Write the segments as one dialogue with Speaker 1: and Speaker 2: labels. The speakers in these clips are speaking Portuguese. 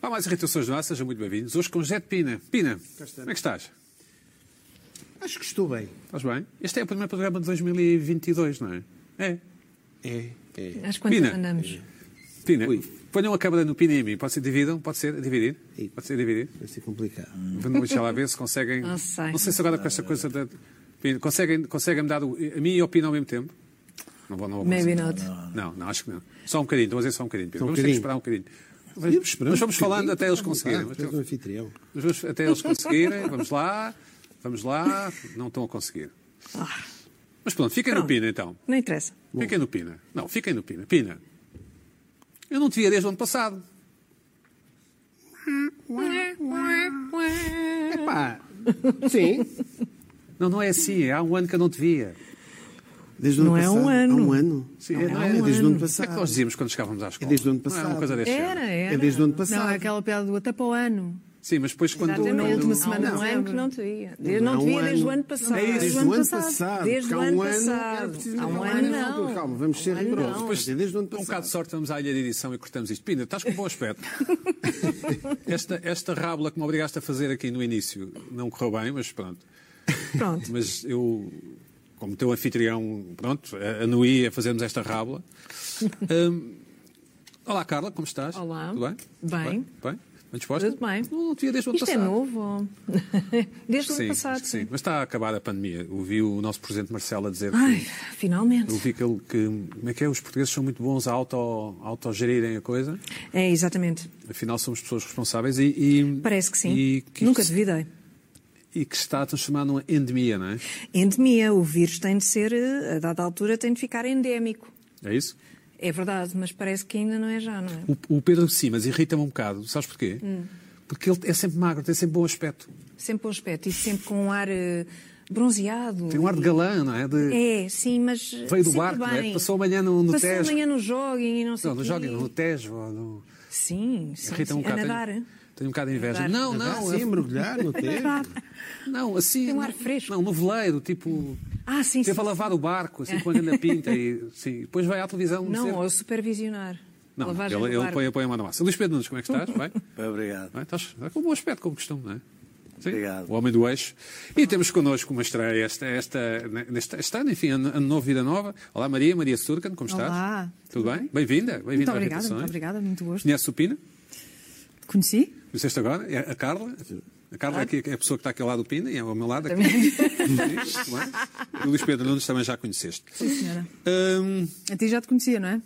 Speaker 1: Há mais irritações do ar, sejam muito bem-vindos. Hoje com José de Pina. Pina, como é que estás?
Speaker 2: Acho que estou bem.
Speaker 1: Estás bem? Este é o primeiro programa de 2022, não é? É.
Speaker 2: É, é.
Speaker 3: Às quantas
Speaker 1: Pina.
Speaker 3: andamos?
Speaker 1: Pina,
Speaker 2: Ui.
Speaker 1: ponham a câmara no Pina e em mim. Pode ser dividam? Pode ser dividir?
Speaker 2: Sim.
Speaker 1: Pode ser dividir?
Speaker 2: Vai ser complicado.
Speaker 1: Vamos deixar lá ver se conseguem...
Speaker 3: Não sei.
Speaker 1: Não sei se agora com esta coisa da... Pina, conseguem, conseguem me dar o- a mim e a Pina ao mesmo tempo? Não vou, não vou
Speaker 3: Maybe
Speaker 1: conseguir.
Speaker 3: not.
Speaker 1: Não, não, acho que não. Só um bocadinho, estou a dizer só um bocadinho. Pina.
Speaker 2: Só um
Speaker 1: vamos ter que
Speaker 2: bocadinho.
Speaker 1: esperar um bocadinho.
Speaker 2: Podemos esperar
Speaker 1: Nós vamos
Speaker 2: um
Speaker 1: falando
Speaker 2: bocadinho,
Speaker 1: até eles
Speaker 2: um bocadinho,
Speaker 1: conseguirem.
Speaker 2: depois do anfitrião.
Speaker 1: Mas vamos- até eles conseguirem, vamos lá, vamos lá, não estão a conseguir. Mas pronto, fiquem
Speaker 2: Ah.
Speaker 1: no
Speaker 3: Pronto.
Speaker 1: Pina então.
Speaker 3: Não interessa.
Speaker 1: Fiquem no Pina. Não, fiquem no Pina. Pina, eu não te via desde o ano passado.
Speaker 2: Epá, sim.
Speaker 1: Não, não é assim, há um ano que eu não te via.
Speaker 2: Desde o ano
Speaker 3: Não é
Speaker 2: passado.
Speaker 3: um ano.
Speaker 2: Há um ano.
Speaker 1: Sim,
Speaker 2: é,
Speaker 1: não
Speaker 2: é,
Speaker 1: é um
Speaker 2: desde o ano
Speaker 1: É que
Speaker 2: passado.
Speaker 1: nós dizíamos quando chegávamos à escola.
Speaker 2: desde o ano
Speaker 1: Não é uma
Speaker 2: passado.
Speaker 1: coisa deste
Speaker 3: Era,
Speaker 1: género.
Speaker 3: era.
Speaker 2: É desde o ano passado.
Speaker 3: Não, é aquela piada do até para o ano.
Speaker 1: Sim, mas depois quando...
Speaker 3: Exatamente,
Speaker 1: quando-
Speaker 3: na última semana
Speaker 2: Não.
Speaker 3: de
Speaker 4: Há um ano que
Speaker 3: dezembro.
Speaker 4: não te via. Desde, não, te
Speaker 2: Há um
Speaker 4: via desde o
Speaker 2: ano.
Speaker 4: ano passado.
Speaker 2: É isso,
Speaker 4: Desde o
Speaker 2: ano passado.
Speaker 4: Desde o
Speaker 2: porque há
Speaker 4: ano
Speaker 2: um ano era
Speaker 4: passado.
Speaker 2: preciso
Speaker 4: Há
Speaker 2: mesmo
Speaker 4: um
Speaker 2: apanhar
Speaker 4: ano
Speaker 2: essa altura.
Speaker 4: não. Um
Speaker 2: Calma, vamos ser rigorosos. Pois, é Desde o ano
Speaker 1: Com um bocado de
Speaker 2: passado.
Speaker 1: sorte, estamos à ilha de edição e cortamos isto. Pina, estás com um bom aspecto. Esta, esta rábula que me obrigaste a fazer aqui no início não correu bem, mas pronto.
Speaker 3: Pronto.
Speaker 1: Mas eu, como teu anfitrião, pronto, a- anuí a fazermos esta rábula. Hum, olá, Carla, como estás?
Speaker 3: Olá.
Speaker 1: Tudo bem?
Speaker 3: Bem.
Speaker 1: Bem, bem? Bem disposta?
Speaker 3: Tudo bem.
Speaker 1: Não, não tinha desde o ano
Speaker 3: Isto é
Speaker 1: passado.
Speaker 3: novo. Desde o
Speaker 1: Sim,
Speaker 3: ano passado.
Speaker 1: acho que sim. Mas está a acabar a pandemia. Ouvi o nosso presidente Marcelo a dizer que-
Speaker 3: Ai, finalmente.
Speaker 1: Ouvi que, ele- que- como é que é? Os portugueses são muito bons a auto, autogerirem a coisa.
Speaker 3: É, exatamente.
Speaker 1: Afinal, somos pessoas responsáveis e... e-
Speaker 3: Parece que sim.
Speaker 1: E que,
Speaker 3: Nunca
Speaker 1: isto-
Speaker 3: duvidei.
Speaker 1: e que se está a transformar numa endemia, não é?
Speaker 3: Endemia, o vírus tem de ser, eh, a dada altura, tem de ficar endémico.
Speaker 1: É isso?
Speaker 3: É verdade, mas parece que ainda não é já, não é?
Speaker 1: O, o Pedro de Simas irrita-me um bocado, sabes porquê?
Speaker 3: Hum.
Speaker 1: Porque ele é sempre magro, tem sempre bom aspecto.
Speaker 3: Sempre o aspecto e sempre com um ar eh, bronzeado.
Speaker 1: Tem um ar de galã, não é? De-
Speaker 3: É, sim, mas.
Speaker 1: Veio do
Speaker 3: sempre
Speaker 1: barco, não é?
Speaker 3: bem.
Speaker 1: Passou amanhã no- no
Speaker 3: Passou
Speaker 1: Tejo.
Speaker 3: amanhã no jogging e não sei
Speaker 1: Não, no
Speaker 3: quê.
Speaker 1: joguem, no Tejo, ou no...
Speaker 3: Sim, é. sim.
Speaker 1: irrita-me
Speaker 3: sim.
Speaker 1: um bocado.
Speaker 3: A nadar. É
Speaker 1: Tenho, tenho um bocado de inveja.
Speaker 3: Nadar.
Speaker 1: Não,
Speaker 2: Ah,
Speaker 1: não, assim,
Speaker 2: sim, mergulhar no
Speaker 3: É
Speaker 2: tempo.
Speaker 3: verdade.
Speaker 1: não, assim.
Speaker 3: Tem um ar
Speaker 1: não-
Speaker 3: fresco.
Speaker 1: Não, no veleiro, tipo.
Speaker 3: Ah, sim,
Speaker 1: Teve
Speaker 3: sim,
Speaker 1: a lavar o barco, assim, com a grande pinta e. Sim, depois vai à televisão. dizer-
Speaker 3: Não, ou supervisionar.
Speaker 1: Não,
Speaker 3: Lavagem
Speaker 1: ele,
Speaker 3: do
Speaker 1: ele
Speaker 3: barco.
Speaker 1: põe, põe a mão na massa. Luís Pedro Nunes, como é que estás? Bem?
Speaker 5: Obrigado.
Speaker 1: Não é? Estás com um bom aspecto, como costume, não é? Sim?
Speaker 5: Obrigado.
Speaker 1: O Homem do Eixo. E temos connosco uma estreia esta, esta, nesta, este ano, enfim, ano, ano novo, vida nova. Olá Maria, Maria Surcan, como estás?
Speaker 4: Olá,
Speaker 1: Tudo bem? Bem-vinda. Bem
Speaker 4: Muito obrigada,
Speaker 1: é?
Speaker 4: muito obrigada, muito gosto.
Speaker 1: Conhece o Pina?
Speaker 4: Conheci?
Speaker 1: Conheceste agora? É a Carla? A Carla é, aqui- é a pessoa que está aqui ao lado do Pina e é ao meu lado. Aqui. Sim, tudo bem. E o Luís Pedro Nunes também já conheceste.
Speaker 4: Sim, senhora.
Speaker 1: Hum,
Speaker 4: A ti já te conhecia, não é?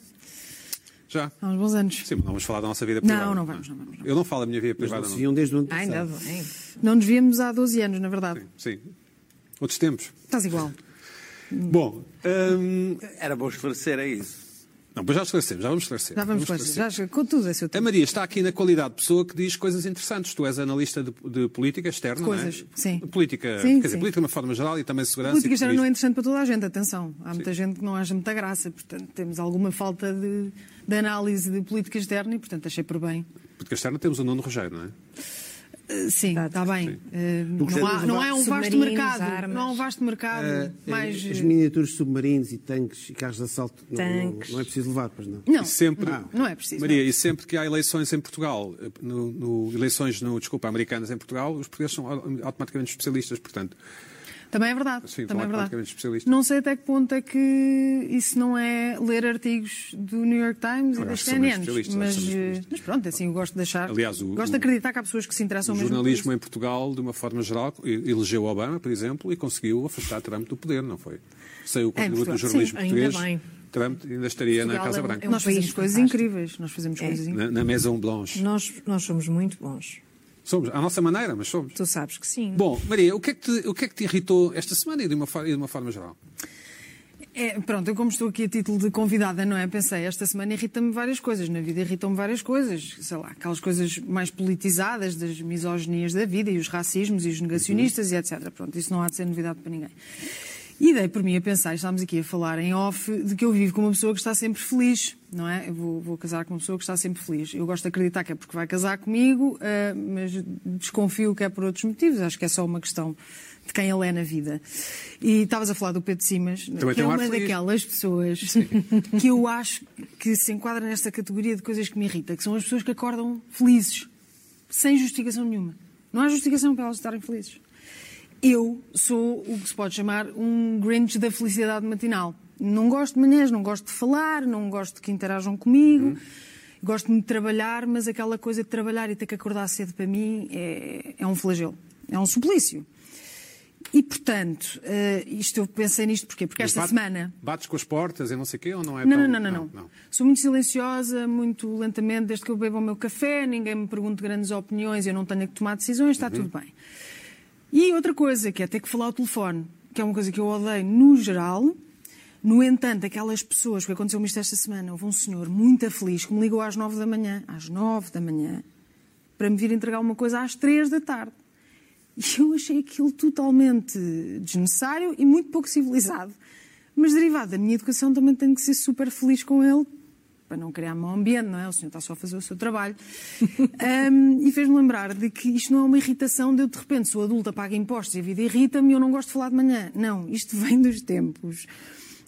Speaker 1: já.
Speaker 4: Há uns bons anos.
Speaker 1: Sim, mas não vamos falar da nossa vida
Speaker 4: Não,
Speaker 1: privada.
Speaker 4: não vamos, não vamos, não.
Speaker 1: Eu não falo da minha vida
Speaker 2: Mas
Speaker 1: privada,
Speaker 2: não se
Speaker 1: não.
Speaker 2: viam um desde o ano
Speaker 3: Ah, ainda
Speaker 2: passado.
Speaker 3: bem.
Speaker 4: Não nos víamos há 12 anos, na verdade.
Speaker 1: Sim. Outros tempos.
Speaker 4: Estás igual.
Speaker 1: Bom, hum,
Speaker 5: Era bom esclarecer, é isso.
Speaker 1: não, mas já esclarecemos, já vamos esclarecer.
Speaker 4: Já vamos esclarecer. Já com tudo é seu
Speaker 1: A
Speaker 4: tempo.
Speaker 1: Maria está aqui na qualidade de pessoa que diz coisas interessantes. Tu és analista de, de política externa,
Speaker 4: Coisas,
Speaker 1: não é?
Speaker 4: sim.
Speaker 1: Política,
Speaker 4: Sim,
Speaker 1: quer dizer,
Speaker 4: sim.
Speaker 1: política de uma forma geral e também segurança.
Speaker 4: Política
Speaker 1: e
Speaker 4: já não é
Speaker 1: turismo.
Speaker 4: interessante para toda a gente, atenção. Há muita gente que não acha muita graça, portanto temos alguma falta de, de análise de política externa e, portanto, achei por bem.
Speaker 1: Política externa temos o Nuno Rogério, não é?
Speaker 4: Eh, Sim, está bem. Eh, não, há, não é um vasto
Speaker 3: Submarinos,
Speaker 4: mercado.
Speaker 3: armas.
Speaker 4: Não há um vasto mercado.
Speaker 2: Ah,
Speaker 4: mais,
Speaker 2: As
Speaker 4: eh,
Speaker 2: miniaturas de submarinos e tanques e carros de assalto não- não,
Speaker 3: Tanques.
Speaker 2: não é preciso levar, pois não.
Speaker 4: Não,
Speaker 1: E sempre,
Speaker 4: não, não é preciso.
Speaker 1: Maria, e sempre que há eleições em Portugal, eh, no, no- eleições, no, desculpa, americanas em Portugal, os portugueses são au- automaticamente especialistas, portanto.
Speaker 4: Também é verdade.
Speaker 1: Sim,
Speaker 4: também é
Speaker 1: falar
Speaker 4: verdade.
Speaker 1: praticamente especialista.
Speaker 4: Não sei até que ponto é que isso não é ler artigos do New York Times
Speaker 1: Eu
Speaker 4: e
Speaker 1: acho
Speaker 4: das
Speaker 1: que são mesmo
Speaker 4: CNN.
Speaker 1: especialistas,
Speaker 4: Mas,
Speaker 1: acho que são mesmo
Speaker 4: eh, mas pronto, assim, eu gosto de deixar.
Speaker 1: Aliás, o-
Speaker 4: gosto de
Speaker 1: o-
Speaker 4: acreditar que há pessoas que se interessam
Speaker 1: O
Speaker 4: mesmo. por
Speaker 1: jornalismo em Portugal, de uma forma geral, e- elegeu Obama, por exemplo, e conseguiu afastar Trump do poder, não foi? Sem o contributo do
Speaker 4: Portugal.
Speaker 1: jornalismo
Speaker 3: Sim, ainda
Speaker 1: português,
Speaker 3: bem.
Speaker 1: Trump ainda estaria na
Speaker 3: Portugal
Speaker 1: Casa
Speaker 3: é um-
Speaker 1: Branca,
Speaker 4: isso. Nós
Speaker 3: país
Speaker 4: fazemos coisas
Speaker 3: fantástico. É.
Speaker 4: incríveis. Nós fazemos coisas incríveis.
Speaker 1: na, na Maison Blanche.
Speaker 3: Nós, nós somos muito bons.
Speaker 1: Somos, à nossa maneira, mas somos.
Speaker 3: Tu sabes que sim.
Speaker 1: Bom, Maria, o que é que te, o que é que te irritou esta semana e de uma, fo- e de uma forma geral?
Speaker 4: É, pronto, eu como estou aqui a título de convidada, não é? Pensei, esta semana irrita-me várias coisas, na vida irritam-me várias coisas, sei lá, aquelas coisas mais politizadas das misoginias da vida e os racismos e os negacionistas e etc. Pronto, isso não há de ser novidade para ninguém. E dei por mim a pensar, estamos aqui a falar em off, de que eu vivo com uma pessoa que está sempre feliz, não é? Eu vou, vou casar com uma pessoa que está sempre feliz. Eu gosto de acreditar que é porque vai casar comigo, ah, mas desconfio que é por outros motivos, acho que é só uma questão de quem ele é na vida. E estavas a falar do Pedro Simas,
Speaker 1: Também
Speaker 4: que
Speaker 1: tem
Speaker 4: é
Speaker 1: um ar
Speaker 4: uma
Speaker 1: feliz.
Speaker 4: daquelas pessoas que eu acho que se enquadra nesta categoria de coisas que me irrita, que são as pessoas que acordam felizes. sem justificação nenhuma. Não há justificação para elas estarem felizes. Eu sou o que se pode chamar um Grinch da felicidade matinal. Não gosto de manhãs, não gosto de falar, não gosto que interajam comigo. Gosto de trabalhar, mas aquela coisa de trabalhar e ter que acordar cedo para mim é, é um flagelo, é um suplício. E, portanto, eh, isto eu pensei nisto porquê? porque
Speaker 1: Mas
Speaker 4: esta
Speaker 1: bate-
Speaker 4: semana.
Speaker 1: Bates com as portas e não sei o quê, ou não é
Speaker 4: Não,
Speaker 1: tão-
Speaker 4: não, não, não, não. Sou muito silenciosa, muito lentamente, desde que eu bebo o meu café, ninguém me pergunta grandes opiniões, eu não tenho que tomar decisões, está tudo bem. E outra coisa, que é ter que falar ao telefone, que é uma coisa que eu odeio no geral. No entanto, aquelas pessoas, porque aconteceu-me isto esta semana, houve um senhor muito feliz que me ligou às nove da manhã, às nove da manhã, para me vir entregar uma coisa às três da tarde. E eu achei aquilo totalmente desnecessário e muito pouco civilizado. Mas derivado da minha educação, também tenho que ser super feliz com ele, para não criar mau ambiente, não é? O senhor está só a fazer o seu trabalho. Ahm, e fez-me lembrar de que isto não é uma irritação de eu, de repente, sou adulta, pago impostos e a vida irrita-me e eu não gosto de falar de manhã. Não, isto vem dos tempos,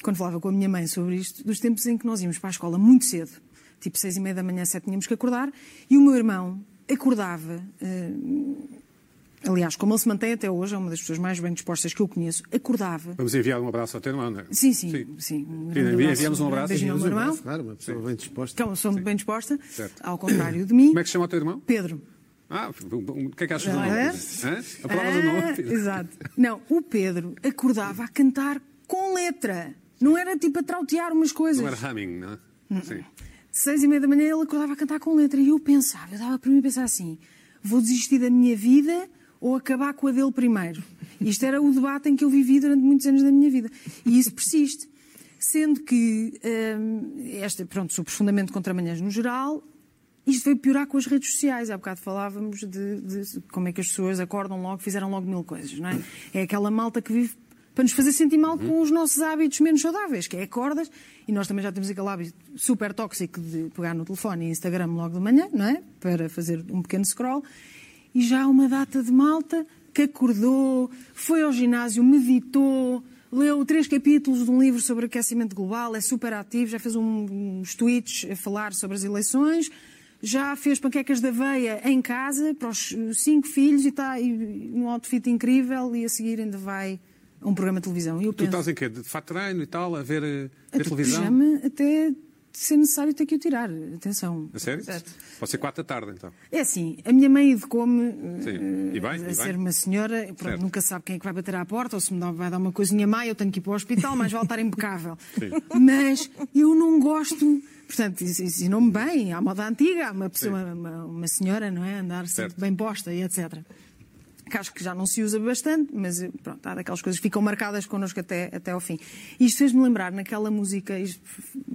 Speaker 4: quando falava com a minha mãe sobre isto, dos tempos em que nós íamos para a escola muito cedo, tipo seis e meia da manhã, sete, tínhamos que acordar, e o meu irmão acordava, ah, aliás, como ele se mantém até hoje, é uma das pessoas mais bem dispostas que eu conheço, acordava.
Speaker 1: Vamos enviar um abraço ao teu irmão, não é?
Speaker 4: Sim, sim, sim. um grande
Speaker 1: Envi- enviamos um
Speaker 4: grande
Speaker 1: abraço,
Speaker 4: beijinho ao
Speaker 1: enviamos
Speaker 4: meu
Speaker 1: um
Speaker 4: irmão,
Speaker 2: é Claro, uma pessoa bem disposta.
Speaker 4: que é uma pessoa muito bem disposta,
Speaker 1: Certo.
Speaker 4: ao contrário de mim.
Speaker 1: Como é que se chama o teu irmão?
Speaker 4: Pedro.
Speaker 1: Ah, o o que é que achas do
Speaker 4: Já
Speaker 1: nome?
Speaker 4: é?
Speaker 1: Hã? A palavra do
Speaker 4: Ah,
Speaker 1: nome?
Speaker 4: Exato. Não, o Pedro acordava a cantar com letra. Não era tipo a trautear umas coisas.
Speaker 1: Não era Hamming, não é? Sim.
Speaker 4: Seis e meia da manhã ele acordava a cantar com letra. E eu pensava, eu dava para mim a pensar assim: vou desistir da minha vida ou acabar com a dele primeiro? Isto era o debate em que eu vivi durante muitos anos da minha vida. E isso persiste. Sendo que, hum, esta, pronto, sou profundamente contra manhãs no geral, isto veio piorar com as redes sociais. Há bocado falávamos de, de como é que as pessoas acordam logo, fizeram logo mil coisas, não é? É aquela malta que vive para nos fazer sentir mal com os nossos hábitos menos saudáveis, que é acordas, e nós também já temos aquele hábito super tóxico de pegar no telefone e Instagram logo de manhã, não é? Para fazer um pequeno scroll. E já há uma data de malta que acordou, foi ao ginásio, meditou, leu três capítulos de um livro sobre aquecimento global, é super ativo, já fez um- uns tweets a falar sobre as eleições, já fez panquecas de aveia em casa para os eh, cinco filhos e está e- um outfit incrível e a seguir ainda vai a um programa de televisão. E eu
Speaker 1: Tu
Speaker 4: penso,
Speaker 1: estás em quê? De fato treino e tal, a ver, eh,
Speaker 4: "Ah,
Speaker 1: ver
Speaker 4: tu,
Speaker 1: televisão?
Speaker 4: pijama até ser necessário ter que o tirar, atenção.
Speaker 1: A sério? Pode ser quatro da tarde, então.
Speaker 4: É assim, a minha mãe educou-me eh,
Speaker 1: Sim. E bem, e
Speaker 4: a
Speaker 1: bem.
Speaker 4: ser uma senhora, pronto,
Speaker 1: Certo.
Speaker 4: nunca sabe quem é que vai bater à porta, ou se me dá- vai dar uma coisinha má, eu tenho que ir para o hospital, mas vale estar impecável. Mas eu não gosto, portanto, ens- ensinou-me bem, à moda antiga, há uma pessoa,
Speaker 1: Sim.
Speaker 4: uma, uma senhora, não é? Andar sempre
Speaker 1: Certo.
Speaker 4: bem posta e etc. Que acho que já não se usa bastante, mas eh, pronto, há daquelas coisas que ficam marcadas connosco até, até ao fim. Isto fez-me lembrar naquela música, isto,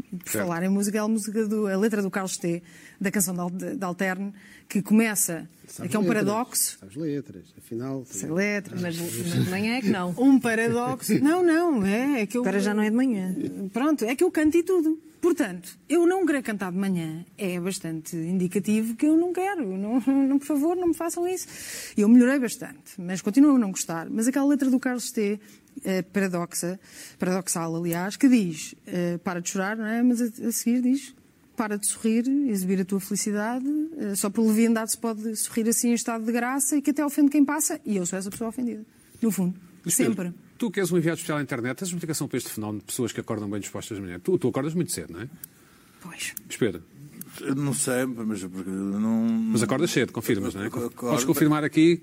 Speaker 4: por
Speaker 1: Certo.
Speaker 4: falar em música, é a música do, a letra do Carlos T, da canção da, Al- da Alterne, que começa,
Speaker 2: Sabes
Speaker 4: que é um
Speaker 2: letras,
Speaker 4: paradoxo,
Speaker 2: Sabes letras, afinal.
Speaker 4: sem letras,
Speaker 3: Mas, mas de manhã é que não.
Speaker 4: um paradoxo. Não, não, é, é que eu.
Speaker 3: Agora já não é de manhã.
Speaker 4: Pronto, é que eu canto e tudo. Portanto, eu não querer cantar de manhã é bastante indicativo que eu não quero. Não, não, por favor, não me façam isso. Eu melhorei bastante, mas continuo a não gostar. Mas aquela letra do Carlos T, eh, paradoxa, paradoxal, aliás, que diz: eh, para de chorar, não é? Mas a, a seguir diz: para de sorrir, exibir a tua felicidade. eh, só por leviandade se pode sorrir assim em estado de graça e que até ofende quem passa. E eu sou essa pessoa ofendida. No fundo,
Speaker 1: Mas, Pedro,
Speaker 4: sempre.
Speaker 1: Tu que és um enviado especial à internet, tens uma explicação para este fenómeno de pessoas que acordam bem dispostas de manhã. Tu, tu acordas muito cedo, não é?
Speaker 4: Pois.
Speaker 1: Mas, Pedro,
Speaker 5: Não sei, mas é porque não.
Speaker 1: mas acordas cedo, confirmas, não é?
Speaker 5: Acordo.
Speaker 1: Podes confirmar aqui.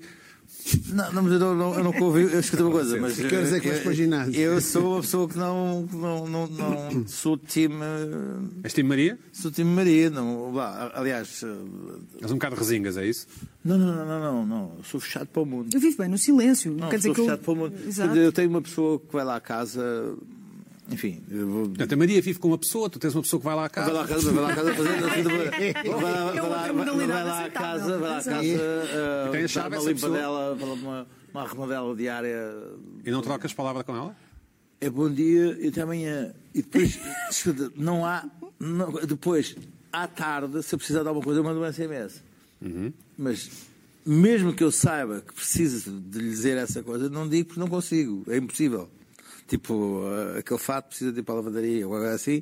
Speaker 5: Não, não, mas eu não, não, eu não ouvi. Eu escutei uma coisa, mas.
Speaker 2: A que horas é que vais
Speaker 5: eu-
Speaker 2: para o ginásio?
Speaker 5: Eu sou uma pessoa que não. que não, não, não sou time. eh,
Speaker 1: És time Maria?
Speaker 5: Sou time Maria. Não, vá, aliás. eh,
Speaker 1: És um bocado resingas, é isso?
Speaker 5: Não, não, não, não, não, não. eu Sou fechado para o mundo.
Speaker 4: Eu vivo bem no silêncio.
Speaker 5: Não,
Speaker 4: Quer dizer
Speaker 5: sou
Speaker 4: que eu...
Speaker 5: fechado para o mundo. Quer
Speaker 4: Exato.
Speaker 5: dizer, Eu tenho uma pessoa que vai lá à casa. Enfim, eu vou.
Speaker 1: Portanto, a Maria vive com uma pessoa, tu tens uma pessoa que vai lá à
Speaker 5: Vai
Speaker 1: casa.
Speaker 5: lá à casa, vai lá à casa fazer. Vai lá, vai
Speaker 4: É
Speaker 5: lá,
Speaker 4: outra
Speaker 5: vai, vai
Speaker 4: modalidade
Speaker 5: lá à
Speaker 4: aceitável.
Speaker 5: casa, vai lá à casa. eh,
Speaker 1: E tem a
Speaker 5: dar
Speaker 1: chave
Speaker 5: uma
Speaker 1: essa pessoa?
Speaker 5: limpadela, falar uma, uma arrumadela diária.
Speaker 1: E não trocas palavra com ela?
Speaker 5: É bom dia e até amanhã. E depois, escuta, não há. não- depois, à tarde, se eu precisar de alguma coisa, eu mando um SMS. Mas. Mesmo que eu saiba que preciso de lhe dizer essa coisa, não digo porque não consigo. É impossível. Tipo, eh, aquele fato precisa de ir para a lavandaria ou algo assim.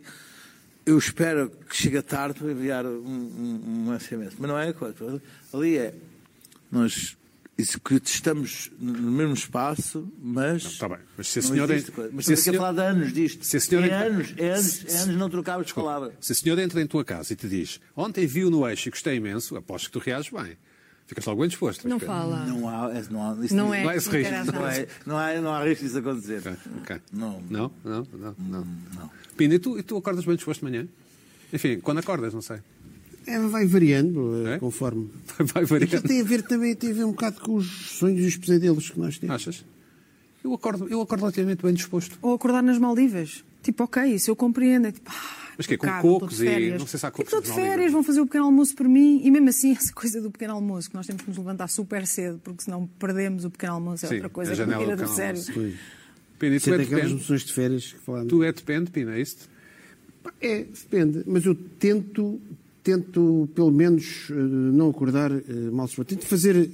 Speaker 5: eu espero que chegue a tarde para enviar um, um, um SMS. Mas não é a coisa. Ali é. Nós isso que estamos no mesmo espaço, mas.
Speaker 1: Está tá bem. Mas se a
Speaker 5: não
Speaker 1: senhora.
Speaker 5: existe coisa. Mas
Speaker 1: se a
Speaker 5: estamos aqui a
Speaker 1: senhora-
Speaker 5: falar de anos disto.
Speaker 1: Se a senhora-
Speaker 5: É anos, é anos,
Speaker 1: Se-
Speaker 5: é anos não trocávamos
Speaker 1: Desculpa.
Speaker 5: palavra.
Speaker 1: Se a senhora entra em tua casa e te diz ontem vi-o no eixo e gostei imenso, aposto que tu reages bem. Ficas logo bem disposto.
Speaker 3: Não
Speaker 1: Ok.
Speaker 3: fala.
Speaker 5: Não há, é- não há, isso
Speaker 4: Não é.
Speaker 1: Não há esse risco.
Speaker 4: interessa.
Speaker 5: Não, é, não, há, não há risco disso acontecer.
Speaker 1: Ok, ok.
Speaker 5: Não.
Speaker 1: Não, não, não. não. Pina, e tu, e tu acordas bem disposto de manhã? Enfim, quando acordas, não sei.
Speaker 2: É, vai variando, eh,
Speaker 1: É?
Speaker 2: conforme.
Speaker 1: Vai
Speaker 2: Aquilo
Speaker 1: variando.
Speaker 2: tem a ver também tem a ver um bocado com os sonhos e os pesadelos que nós temos.
Speaker 1: Achas? Eu acordo, eu acordo relativamente bem disposto.
Speaker 4: Ou acordar nas Maldivas. Tipo, ok, isso eu compreendo. É tipo, ah,
Speaker 1: Mas quê, com
Speaker 4: impecável,
Speaker 1: cocos
Speaker 4: estou de
Speaker 1: e-
Speaker 4: férias.
Speaker 1: não sei se há
Speaker 4: Tipo,
Speaker 1: cocos
Speaker 4: Estou
Speaker 1: nas
Speaker 4: de férias,
Speaker 1: Maldivas.
Speaker 4: vão fazer o pequeno almoço por mim. E mesmo assim, essa coisa do pequeno almoço, que nós temos que nos levantar super cedo, porque senão perdemos o pequeno almoço, é
Speaker 1: Sim,
Speaker 4: outra coisa
Speaker 1: a
Speaker 4: que me
Speaker 1: janela
Speaker 4: tira
Speaker 1: do
Speaker 4: do
Speaker 1: pequeno
Speaker 4: sério.
Speaker 1: almoço.
Speaker 2: Pois.
Speaker 1: Pina, e
Speaker 2: Isso
Speaker 1: tu
Speaker 2: é um-
Speaker 1: é
Speaker 2: daquelas
Speaker 1: depende?
Speaker 2: noções de férias que falámos.
Speaker 1: Tu é depende, Pina, é isso?
Speaker 2: Pá, É, depende. Mas eu tento, tento pelo menos, eh, não acordar eh, mal disposto. Tento fazer eh,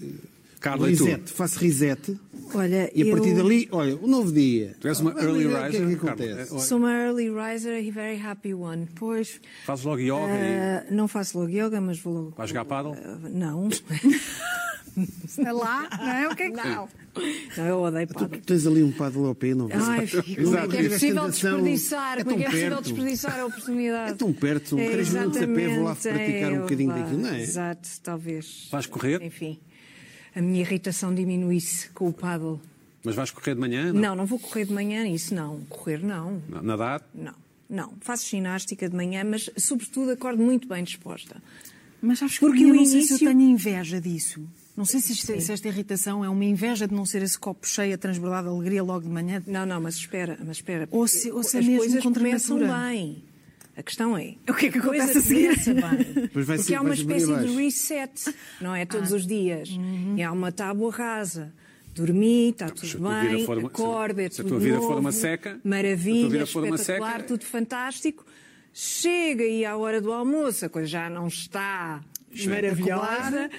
Speaker 1: Carla, e tu?
Speaker 2: reset. Faço reset.
Speaker 3: Olha,
Speaker 2: E a partir
Speaker 3: eu
Speaker 2: dali, olha, um novo dia.
Speaker 1: Tu és uma
Speaker 2: Ah, vamos
Speaker 1: early
Speaker 2: ver
Speaker 1: riser,
Speaker 2: O que é que
Speaker 1: Carla?
Speaker 2: acontece?
Speaker 1: É,
Speaker 3: sou uma early riser e very happy one. Pois,
Speaker 1: Fazes logo yoga
Speaker 2: É
Speaker 1: e
Speaker 3: ah, não faço logo yoga, mas vou logo...
Speaker 1: vais jogar paddle?
Speaker 3: Ah, não.
Speaker 4: É lá, não é? O que é que não?
Speaker 3: não, eu odeio
Speaker 2: Tu,
Speaker 3: paddle.
Speaker 2: tu tens ali um padre ao pé, não vês?
Speaker 3: Ai,
Speaker 1: Exato.
Speaker 3: como é que é
Speaker 2: Tiveste
Speaker 3: possível
Speaker 2: tentação,
Speaker 3: desperdiçar?
Speaker 2: é
Speaker 3: Como é que é
Speaker 2: tão
Speaker 3: possível
Speaker 2: perto.
Speaker 3: desperdiçar a oportunidade?
Speaker 2: É tão perto, são três minutos a pé, vou lá
Speaker 3: exatamente,
Speaker 2: praticar um bocadinho daquilo, não é?
Speaker 3: Exato, talvez.
Speaker 1: Vais correr?
Speaker 3: Enfim, a minha irritação diminuísse com o paddle.
Speaker 1: Mas vais correr de manhã?
Speaker 3: Não, não vou correr de manhã, isso não. Correr não,
Speaker 1: Não. Nadar?
Speaker 3: não. Não, faço ginástica de manhã, mas sobretudo acordo muito bem disposta.
Speaker 4: Mas acho que
Speaker 3: Porque
Speaker 4: eu
Speaker 3: o
Speaker 4: não sei se
Speaker 3: início-
Speaker 4: eu tenho inveja disso. Não sei se, isto- se esta irritação é uma inveja de não ser esse copo cheio a transbordar de alegria logo de manhã.
Speaker 3: Não, não, mas espera, mas espera.
Speaker 4: Ou se- ou se é
Speaker 3: as
Speaker 4: mesmo
Speaker 3: coisas
Speaker 4: contra a
Speaker 3: começam
Speaker 4: natura.
Speaker 3: bem. A questão é, o
Speaker 4: que é que
Speaker 3: coisa
Speaker 4: acontece a seguir?
Speaker 3: começa bem.
Speaker 2: Pois vai
Speaker 3: Porque
Speaker 2: ser-
Speaker 3: há uma
Speaker 2: vai subir
Speaker 3: espécie de
Speaker 2: abaixo.
Speaker 3: reset, não é?
Speaker 4: Ah.
Speaker 3: Todos os dias.
Speaker 4: Uhum.
Speaker 3: E há uma tábua rasa. Dormi, está
Speaker 1: mas Então, se a
Speaker 3: tudo
Speaker 1: tua vida
Speaker 3: bem,
Speaker 1: for uma-
Speaker 3: acorda, é
Speaker 1: se a
Speaker 3: tudo
Speaker 1: tua vida
Speaker 3: novo,
Speaker 1: for uma seca,
Speaker 3: maravilha,
Speaker 1: se a tua vida for uma
Speaker 3: espetacular,
Speaker 1: seca, é-
Speaker 3: tudo fantástico. Chega aí à hora do almoço, a coisa já não está maravilhosa.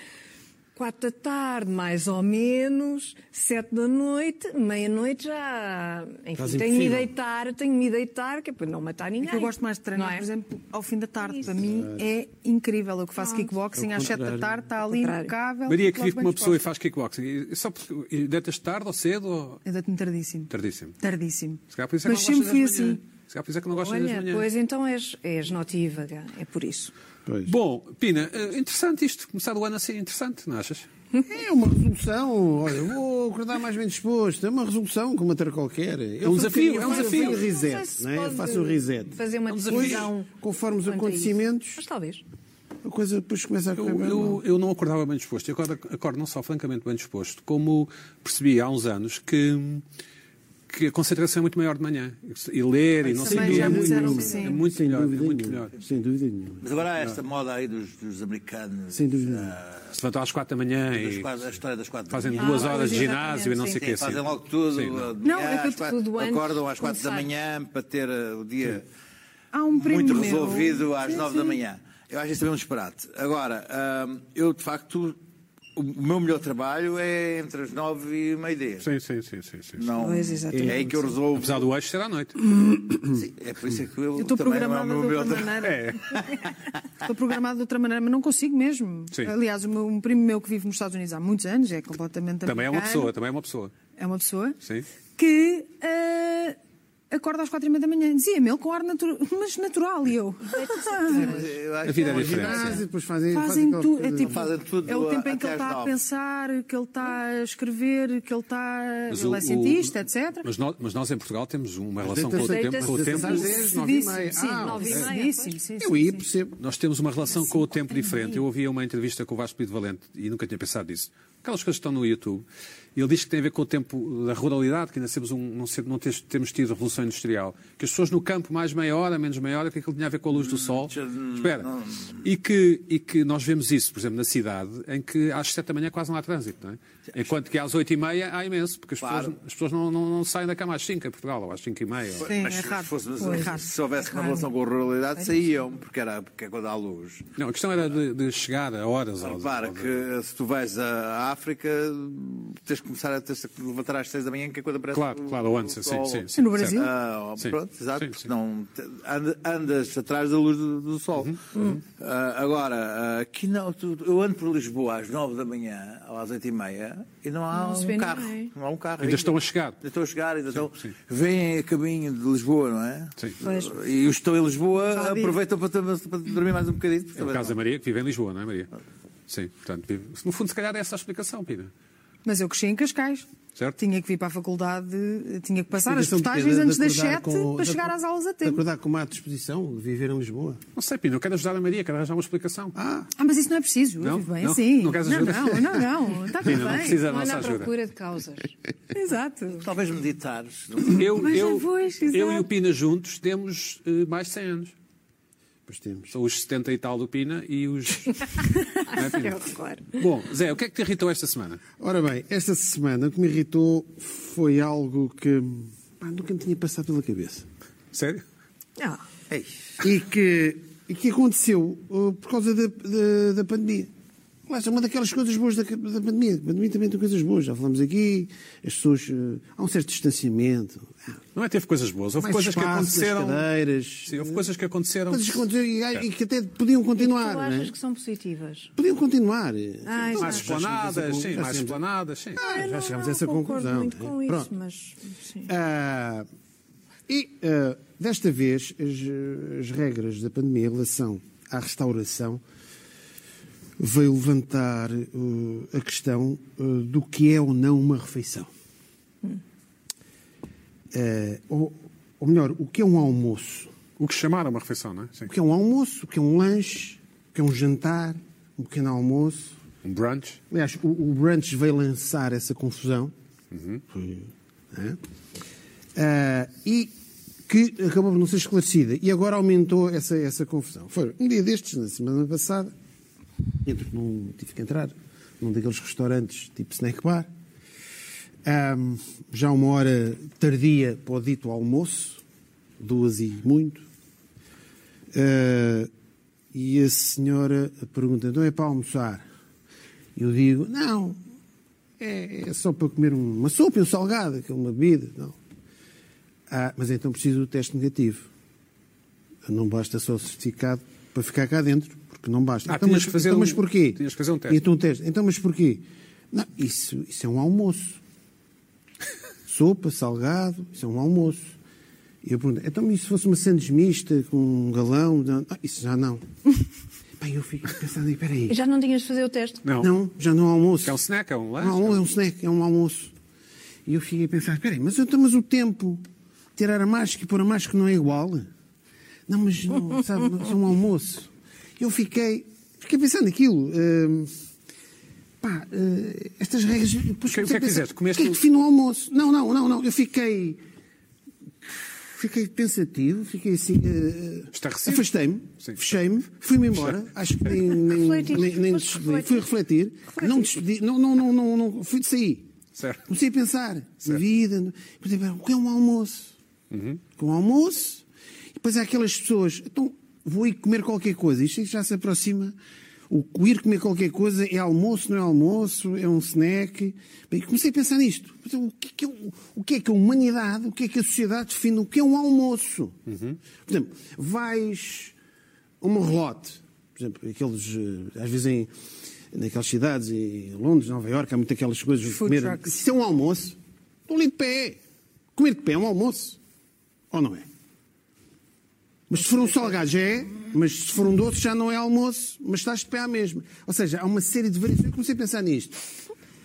Speaker 3: Quatro da tarde, mais ou menos, sete da noite, meia-noite já.
Speaker 2: Estás
Speaker 3: Enfim, tenho de me
Speaker 2: impossível.
Speaker 3: deitar, tenho de me deitar, que é para não matar ninguém.
Speaker 4: É que eu gosto mais de treinar,
Speaker 3: Não é?
Speaker 4: por exemplo, ao fim da tarde. Para mim é incrível. Eu que faço kickboxing às 7 da tarde, está
Speaker 3: Ah.
Speaker 4: ali
Speaker 3: É contrário.
Speaker 4: impecável.
Speaker 1: Maria,
Speaker 4: logo
Speaker 1: que vive com
Speaker 4: bem
Speaker 1: uma pessoa e
Speaker 4: disposta.
Speaker 1: faz kickboxing. E- e Só porque e deitas tarde ou cedo ou
Speaker 4: Eu dou-te-me tardíssimo.
Speaker 1: tardíssimo?
Speaker 4: Tardíssimo.
Speaker 1: Se calhar por isso é que
Speaker 4: Mas
Speaker 1: não
Speaker 4: sempre
Speaker 1: gostas
Speaker 4: fui
Speaker 1: das manhãs.
Speaker 4: assim.
Speaker 1: Se calhar por isso é que não gostas das
Speaker 3: Olha,
Speaker 1: manhãs.
Speaker 3: pois então és, és notívaga, é por isso.
Speaker 2: Pois.
Speaker 1: Bom, Pina, eh, interessante isto. Começar o ano assim, interessante, não achas?
Speaker 2: É uma resolução. Olha, vou acordar mais bem disposto. É uma resolução como outra qualquer. É
Speaker 1: desafio, é um desafio.
Speaker 2: Faço um
Speaker 3: Não sei
Speaker 2: reset,
Speaker 3: se
Speaker 2: não é? Eu
Speaker 3: pode
Speaker 2: Faço um reset.
Speaker 3: Fazer uma
Speaker 2: Depois,
Speaker 3: decisão.
Speaker 2: conforme os
Speaker 3: quanto a
Speaker 2: acontecimentos-
Speaker 3: isso. Mas talvez.
Speaker 2: A coisa depois começa a
Speaker 1: Eu,
Speaker 4: É
Speaker 2: correr bem,
Speaker 1: eu,
Speaker 2: não.
Speaker 1: eu não acordava bem disposto. Eu acordo, acordo não só francamente bem disposto, como percebi há uns anos que, que a concentração é muito maior de manhã. E ler e não sei o
Speaker 4: também
Speaker 1: quê
Speaker 4: já
Speaker 1: é
Speaker 4: me
Speaker 1: muito,
Speaker 4: disseram que
Speaker 1: é
Speaker 4: sim.
Speaker 1: muito
Speaker 2: Sem
Speaker 1: melhor. É
Speaker 2: dúvida
Speaker 1: muito
Speaker 2: nenhuma.
Speaker 1: melhor.
Speaker 2: Sem dúvida nenhuma.
Speaker 5: Mas agora há esta moda aí dos, dos americanos.
Speaker 2: Sem dúvida nenhuma.
Speaker 1: Se levantam às quatro da manhã
Speaker 5: das
Speaker 1: e
Speaker 5: quatro- a história das quatro da
Speaker 1: fazem
Speaker 5: manhã.
Speaker 1: duas
Speaker 3: Ah,
Speaker 1: horas de
Speaker 3: exatamente,
Speaker 1: ginásio e não
Speaker 3: sim,
Speaker 1: sei o
Speaker 3: sim.
Speaker 1: que assim.
Speaker 5: Fazem logo tudo.
Speaker 1: Sim, não.
Speaker 5: de
Speaker 4: Não,
Speaker 5: manhã,
Speaker 4: é que
Speaker 5: às quatro-
Speaker 3: tudo antes
Speaker 5: Acordam
Speaker 3: de
Speaker 5: às quatro da
Speaker 3: começar.
Speaker 5: manhã para ter uh, o dia
Speaker 4: Há um primo
Speaker 5: muito
Speaker 4: meu-
Speaker 5: resolvido às nove da manhã. Eu acho isso também um disparate. Agora, hum, eu de facto, o meu melhor trabalho é entre as nove e meio-dia.
Speaker 1: Sim, sim, sim, sim, sim.
Speaker 5: Não,
Speaker 3: Pois, exatamente.
Speaker 5: é aí que eu resolvo.
Speaker 1: Apesar do eixo ser à noite.
Speaker 5: Sim, é por isso é que eu,
Speaker 4: Eu estou
Speaker 5: também não é o
Speaker 4: programada
Speaker 5: meu
Speaker 4: de
Speaker 5: melhor
Speaker 4: outra
Speaker 5: trabalho.
Speaker 1: É.
Speaker 4: maneira. Estou programada de outra maneira, mas não consigo mesmo.
Speaker 1: Sim.
Speaker 4: Aliás, o meu- um primo meu que vive nos Estados Unidos há muitos anos é completamente
Speaker 1: Também é uma
Speaker 4: americano.
Speaker 1: pessoa, também é uma pessoa.
Speaker 4: É uma pessoa
Speaker 1: Sim.
Speaker 4: que ah, acorda às quatro e meia da manhã. Dizia-me ele com ar natural, mas natural. E eu.
Speaker 5: Eu acho
Speaker 1: A vida é
Speaker 5: que um
Speaker 1: diferente.
Speaker 5: ginásio.
Speaker 2: Ginásio, depois fazem,
Speaker 4: Fazem
Speaker 2: aquela
Speaker 4: tudo. É,
Speaker 2: coisa-
Speaker 4: tipo,
Speaker 5: Fazem tudo
Speaker 4: é o tempo em
Speaker 5: até
Speaker 4: que ele
Speaker 5: às
Speaker 4: está a
Speaker 5: nove.
Speaker 4: pensar, que ele está a escrever, que ele está.
Speaker 1: Mas
Speaker 4: ele
Speaker 1: o-
Speaker 4: é
Speaker 1: o-
Speaker 4: cientista, etc.
Speaker 1: Mas nós, mas nós em Portugal temos uma relação com o
Speaker 2: deita-se-
Speaker 1: tempo. Com o tempo
Speaker 2: deita-se às dez, nove e meia.
Speaker 4: Sim,
Speaker 2: Ah,
Speaker 3: nove e
Speaker 2: ok.
Speaker 3: meia.
Speaker 4: Cedíssimo, sim,
Speaker 2: Eu
Speaker 4: sim,
Speaker 2: ia,
Speaker 4: sim.
Speaker 2: percebo.
Speaker 1: Nós temos uma relação com o tempo diferente. Eu ouvi uma entrevista com o Vasco Pido Valente e nunca tinha pensado nisso. Aquelas coisas que estão no YouTube. Ele diz que tem a ver com o tempo da ruralidade, que ainda temos um, não, se- não tes- temos tido revolução industrial. Que as pessoas no campo, mais meia hora, menos meia hora, que aquilo tinha a ver com a
Speaker 5: Hum,
Speaker 1: luz do sol. Espera. E que, e que nós vemos isso, por exemplo, na cidade, em que às sete da manhã quase não há trânsito, não é? Enquanto que às oito e meia há imenso, porque as
Speaker 5: Claro.
Speaker 1: pessoas, as pessoas não, não- não saem da cama às cinco em Portugal, ou às cinco e meia. ou-
Speaker 4: Sim,
Speaker 5: Mas
Speaker 4: é
Speaker 5: se,
Speaker 4: raro.
Speaker 5: fosse,
Speaker 4: Pois. É
Speaker 5: se, se houvesse uma relação com a ruralidade, saíam, porque era porque é quando há luz.
Speaker 1: Não, a questão era de, de chegar a horas. ao-
Speaker 5: Repara
Speaker 1: ao-
Speaker 5: que se tu vais à África, tens de começar a tens de levantar às seis da manhã, que é quando aparece
Speaker 1: Claro,
Speaker 5: o-
Speaker 1: claro, ou antes,
Speaker 5: o
Speaker 1: sim,
Speaker 5: sol.
Speaker 1: sim.
Speaker 4: Sim, no Brasil
Speaker 5: Ah,
Speaker 1: Sim.
Speaker 5: Pronto, exato,
Speaker 1: Sim,
Speaker 5: porque
Speaker 1: sim.
Speaker 5: não te- anda- andas atrás da luz do, do sol.
Speaker 1: Uhum,
Speaker 4: uhum.
Speaker 5: Ah, agora, ah, aqui não, tu- eu ando por Lisboa às 9 da manhã, ou às 8 e meia, e não há
Speaker 3: Não se
Speaker 5: um
Speaker 3: vê
Speaker 5: carro.
Speaker 3: ninguém.
Speaker 5: Não há um carro.
Speaker 1: Ainda estão a chegar.
Speaker 5: Ainda estão a chegar, ainda estão.
Speaker 1: sim.
Speaker 5: Vêm a caminho de Lisboa, não é?
Speaker 1: Sim.
Speaker 3: Pois.
Speaker 5: E os que estão em Lisboa,
Speaker 3: Já vi.
Speaker 5: aproveitam para, tam- para dormir mais um bocadinho. porque
Speaker 1: É o
Speaker 5: também
Speaker 1: caso da
Speaker 5: não-
Speaker 1: Maria, que vive em Lisboa, não é, Maria? Sim, portanto, vive... no fundo, se calhar é essa a explicação, Pina.
Speaker 4: Mas eu cresci em Cascais.
Speaker 1: Certo.
Speaker 4: Tinha que vir para a faculdade, tinha que passar as
Speaker 2: Explicação
Speaker 4: portagens
Speaker 2: de- de
Speaker 4: antes das
Speaker 2: acordar
Speaker 4: 7
Speaker 2: com-
Speaker 4: para
Speaker 2: de
Speaker 4: chegar
Speaker 2: acor-
Speaker 4: às aulas a
Speaker 2: De
Speaker 4: tempo.
Speaker 2: acordar com uma disposição de viver em Lisboa.
Speaker 1: Não sei, Pina, eu quero ajudar a Maria, quero arranjar uma explicação.
Speaker 2: Ah,
Speaker 4: Ah, mas isso não é preciso.
Speaker 1: Não?
Speaker 4: Eu vivo bem
Speaker 1: Não?
Speaker 4: assim.
Speaker 1: Não queres ajuda?
Speaker 4: não, não, não, não. Está tudo
Speaker 1: Pina, não
Speaker 4: bem.
Speaker 1: precisa da
Speaker 3: Não
Speaker 1: nossa
Speaker 3: anda à
Speaker 1: ajuda.
Speaker 3: procura de causas.
Speaker 4: Exato.
Speaker 5: Talvez meditares.
Speaker 1: Eu,
Speaker 4: Mas
Speaker 1: eu,
Speaker 4: é pois,
Speaker 1: eu e
Speaker 4: exato.
Speaker 1: o Pina juntos temos eh, mais de 100 anos.
Speaker 2: pois temos.
Speaker 1: São os 70 e tal do Pina e os. Não é, Pina?
Speaker 3: Eu recordo.
Speaker 1: Bom, Zé, o que é que te irritou esta semana?
Speaker 2: Ora bem, esta semana o que me irritou foi algo que pá, nunca me tinha passado pela cabeça.
Speaker 1: Sério?
Speaker 3: Ah,
Speaker 2: E que, e que aconteceu uh, por causa da, da, da pandemia. Mas é uma daquelas coisas boas da, da pandemia. A pandemia também tem coisas boas. Já falamos aqui, as pessoas. uh, há um certo distanciamento. Há
Speaker 1: Não é? Teve coisas boas. Houve
Speaker 2: mais
Speaker 1: coisas que
Speaker 2: espaço nas
Speaker 1: aconteceram.
Speaker 2: Cadeiras,
Speaker 1: Sim, houve É. coisas que aconteceram.
Speaker 2: coisas que aconteceram e, e que até podiam continuar.
Speaker 3: tu
Speaker 2: não
Speaker 3: achas
Speaker 2: é?
Speaker 3: que são positivas?
Speaker 2: Podiam continuar.
Speaker 3: Ah,
Speaker 2: Então,
Speaker 1: Mais
Speaker 3: exato.
Speaker 1: esplanadas, sim,
Speaker 2: Já
Speaker 1: mais
Speaker 2: chegamos a-
Speaker 1: esplanadas, sim.
Speaker 3: Ah,
Speaker 2: já
Speaker 3: não,
Speaker 2: chegamos
Speaker 3: não,
Speaker 2: a essa
Speaker 3: concordo
Speaker 2: conclusão. é?
Speaker 3: muito com isso,
Speaker 2: Pronto.
Speaker 3: mas sim.
Speaker 2: Ah, e ah, desta vez as, as regras da pandemia em relação à restauração veio levantar uh, a questão uh, do que é ou não uma refeição. Ah, ou, ou melhor, o que é um almoço?
Speaker 1: O que chamaram uma refeição, não é? Sim.
Speaker 2: O que é um almoço? O que é um lanche? O que é um jantar? Um pequeno almoço?
Speaker 1: Um brunch.
Speaker 2: Aliás, o, o Branch veio lançar essa confusão. Foi, né? Ah, e que acabou por não ser esclarecida. E agora aumentou essa, essa confusão. Foi um dia destes, na semana passada, entro num, tive que entrar num daqueles restaurantes tipo snack bar. Ahm, já uma hora tardia para o dito almoço, duas e muito. Ah, e a senhora pergunta: não é para almoçar? Eu digo: não, é, é só para comer uma sopa e um salgado, que é uma bebida. Não. Ah, mas então preciso do teste negativo. Não basta só o certificado para ficar cá dentro, porque não basta.
Speaker 1: Ah,
Speaker 2: então,
Speaker 1: tinhas
Speaker 2: mas,
Speaker 1: que fazer
Speaker 2: então,
Speaker 1: um-
Speaker 2: mas porquê?
Speaker 1: tinhas que fazer um teste.
Speaker 2: Então, um teste. Então, mas porquê? Não, isso, isso é um almoço. Sopa, salgado, isso é um almoço. E eu pergunto, então e se fosse uma sandes mista com um galão? Não, ah, isso já não. Bem, eu fico pensando, espera aí.
Speaker 3: E Já não tinhas de fazer o teste?
Speaker 1: Não.
Speaker 2: Não, já não há almoço.
Speaker 1: É um snack, é um lanche.
Speaker 2: Não, é um snack, é um almoço. E eu fiquei a pensar, espera aí, mas, então, mas o tempo, tirar a máscara e pôr a máscara não é igual? Não, mas não, sabe, mas é um almoço. Eu fiquei, fiquei pensando naquilo. hum, pá, eh, estas regras... Depois,
Speaker 1: que- o que é que fizeste? Comeste
Speaker 2: O que é
Speaker 1: o-
Speaker 2: que define o almoço? Não, não, não, não, eu fiquei... Fiquei pensativo, fiquei assim... eh,
Speaker 1: Estarrecido?
Speaker 2: Afastei-me,
Speaker 1: Sim.
Speaker 2: fechei-me, fui-me embora. Acho que nem, nem,
Speaker 3: Refletiste,
Speaker 2: nem, nem
Speaker 3: foste
Speaker 2: despedi. Fui refletir. Não despedi. Não, não, não, não, não. Fui de sair.
Speaker 1: Certo.
Speaker 2: Comecei a pensar na vida. no- Comecei a pensar, o que é um almoço? Com um almoço. E depois há aquelas pessoas. Então, vou ir comer qualquer coisa. Isto é já se aproxima. O o ir comer qualquer coisa é almoço, não é almoço, é um snack. Bem, comecei a pensar nisto. Portanto, O que, é que é, o- o que é que a humanidade, o que é que a sociedade define, o que é um almoço? Por exemplo, vais a um relote, por exemplo, aqueles, eh, às vezes em, naquelas cidades, em Londres, Nova Iorque, há muito aquelas coisas de
Speaker 4: Food
Speaker 2: comer.
Speaker 4: trucks.
Speaker 2: Isso é um almoço. Estão ali de pé. Comer de pé é um almoço. Ou não é? Mas se for um salgado já é, mas se for um doce já não é almoço, mas estás de pé à mesma. Ou seja, há uma série de variações. Eu comecei a pensar nisto.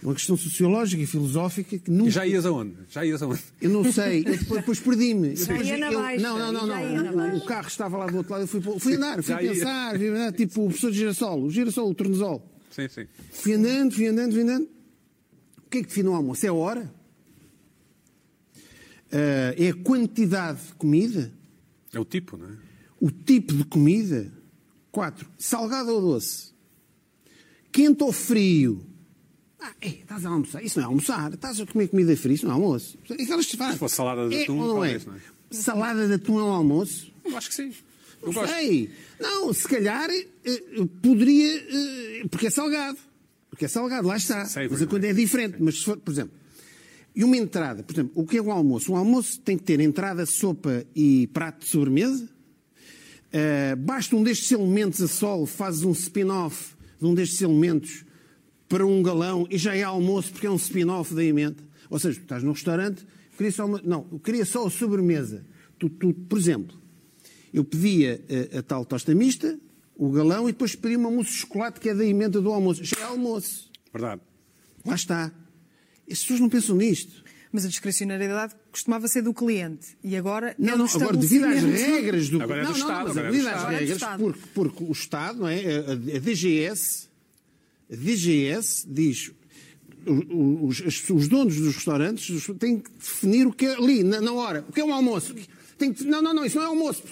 Speaker 2: É Uma questão sociológica e filosófica que
Speaker 1: E
Speaker 2: nunca
Speaker 1: já ias aonde? Já ias aonde?
Speaker 2: eu não sei, eu depois, depois perdi-me. Eu
Speaker 3: Já
Speaker 2: depois-
Speaker 3: ia na
Speaker 2: eu-
Speaker 3: baixa,
Speaker 2: Não, não, não,
Speaker 3: já ia na
Speaker 2: não. O- O,
Speaker 3: baixa.
Speaker 2: carro estava lá do outro lado, eu fui, para- fui andar, fui
Speaker 1: Já ia.
Speaker 2: pensar, fui andar, tipo o professor de girassol, o girassol, o tornozol.
Speaker 1: Sim, sim.
Speaker 2: Fui andando, fui andando, fui andando. O que é que define o almoço? É a hora? Ah, é a quantidade de comida?
Speaker 1: É o tipo, não é?
Speaker 2: O tipo de comida? Quatro. Salgado ou doce? Quente ou frio? Ah, é, estás a almoçar. Isso não é almoçar. Estás a comer comida fria. Isso não é almoço. Aquelas que se faz.
Speaker 1: Se fosse salada de
Speaker 2: É
Speaker 1: atum,
Speaker 2: ou não
Speaker 1: talvez,
Speaker 2: é?
Speaker 1: não é?
Speaker 2: Salada de atum é um almoço?
Speaker 1: Eu acho que sim. Eu
Speaker 2: Não
Speaker 1: gosto.
Speaker 2: sei. Não, se calhar eh, eh, poderia... eh, porque é salgado. Porque é salgado, lá está.
Speaker 1: Savory,
Speaker 2: mas a
Speaker 1: não
Speaker 2: quando é diferente. Mas se for, por exemplo, E uma entrada, por exemplo, o que é um almoço? Um almoço tem que ter entrada, sopa e prato de sobremesa. Uh, basta um destes elementos a solo, fazes um spin-off de um destes elementos para um galão e já é almoço porque é um spin-off da emenda. Ou seja, tu estás num restaurante, eu queria só uma, não, eu queria só a sobremesa. Tu, tu, por exemplo, eu pedia eh, a, a tal tosta mista, o galão e depois pedia uma mousse de chocolate que é da emenda do almoço. Já é almoço.
Speaker 1: Verdade.
Speaker 2: Lá está. As pessoas não pensam nisto.
Speaker 4: Mas a discricionariedade costumava ser do cliente. E agora. é
Speaker 2: Não, não,
Speaker 4: do
Speaker 2: agora devido às
Speaker 4: estabelecimento.
Speaker 2: regras do
Speaker 1: Agora é do
Speaker 2: não, não,
Speaker 1: Estado,
Speaker 2: não, mas
Speaker 1: agora é do
Speaker 2: devido às
Speaker 1: Estado.
Speaker 2: regras,
Speaker 4: Agora é do
Speaker 2: porque, porque o Estado, não é? A, a- a DGS, a DGS diz. o- o- Os, as- os donos dos restaurantes os- têm que definir o que é ali, na, na hora. O que é um almoço? Tem que- não, não, não, isso não é almoço.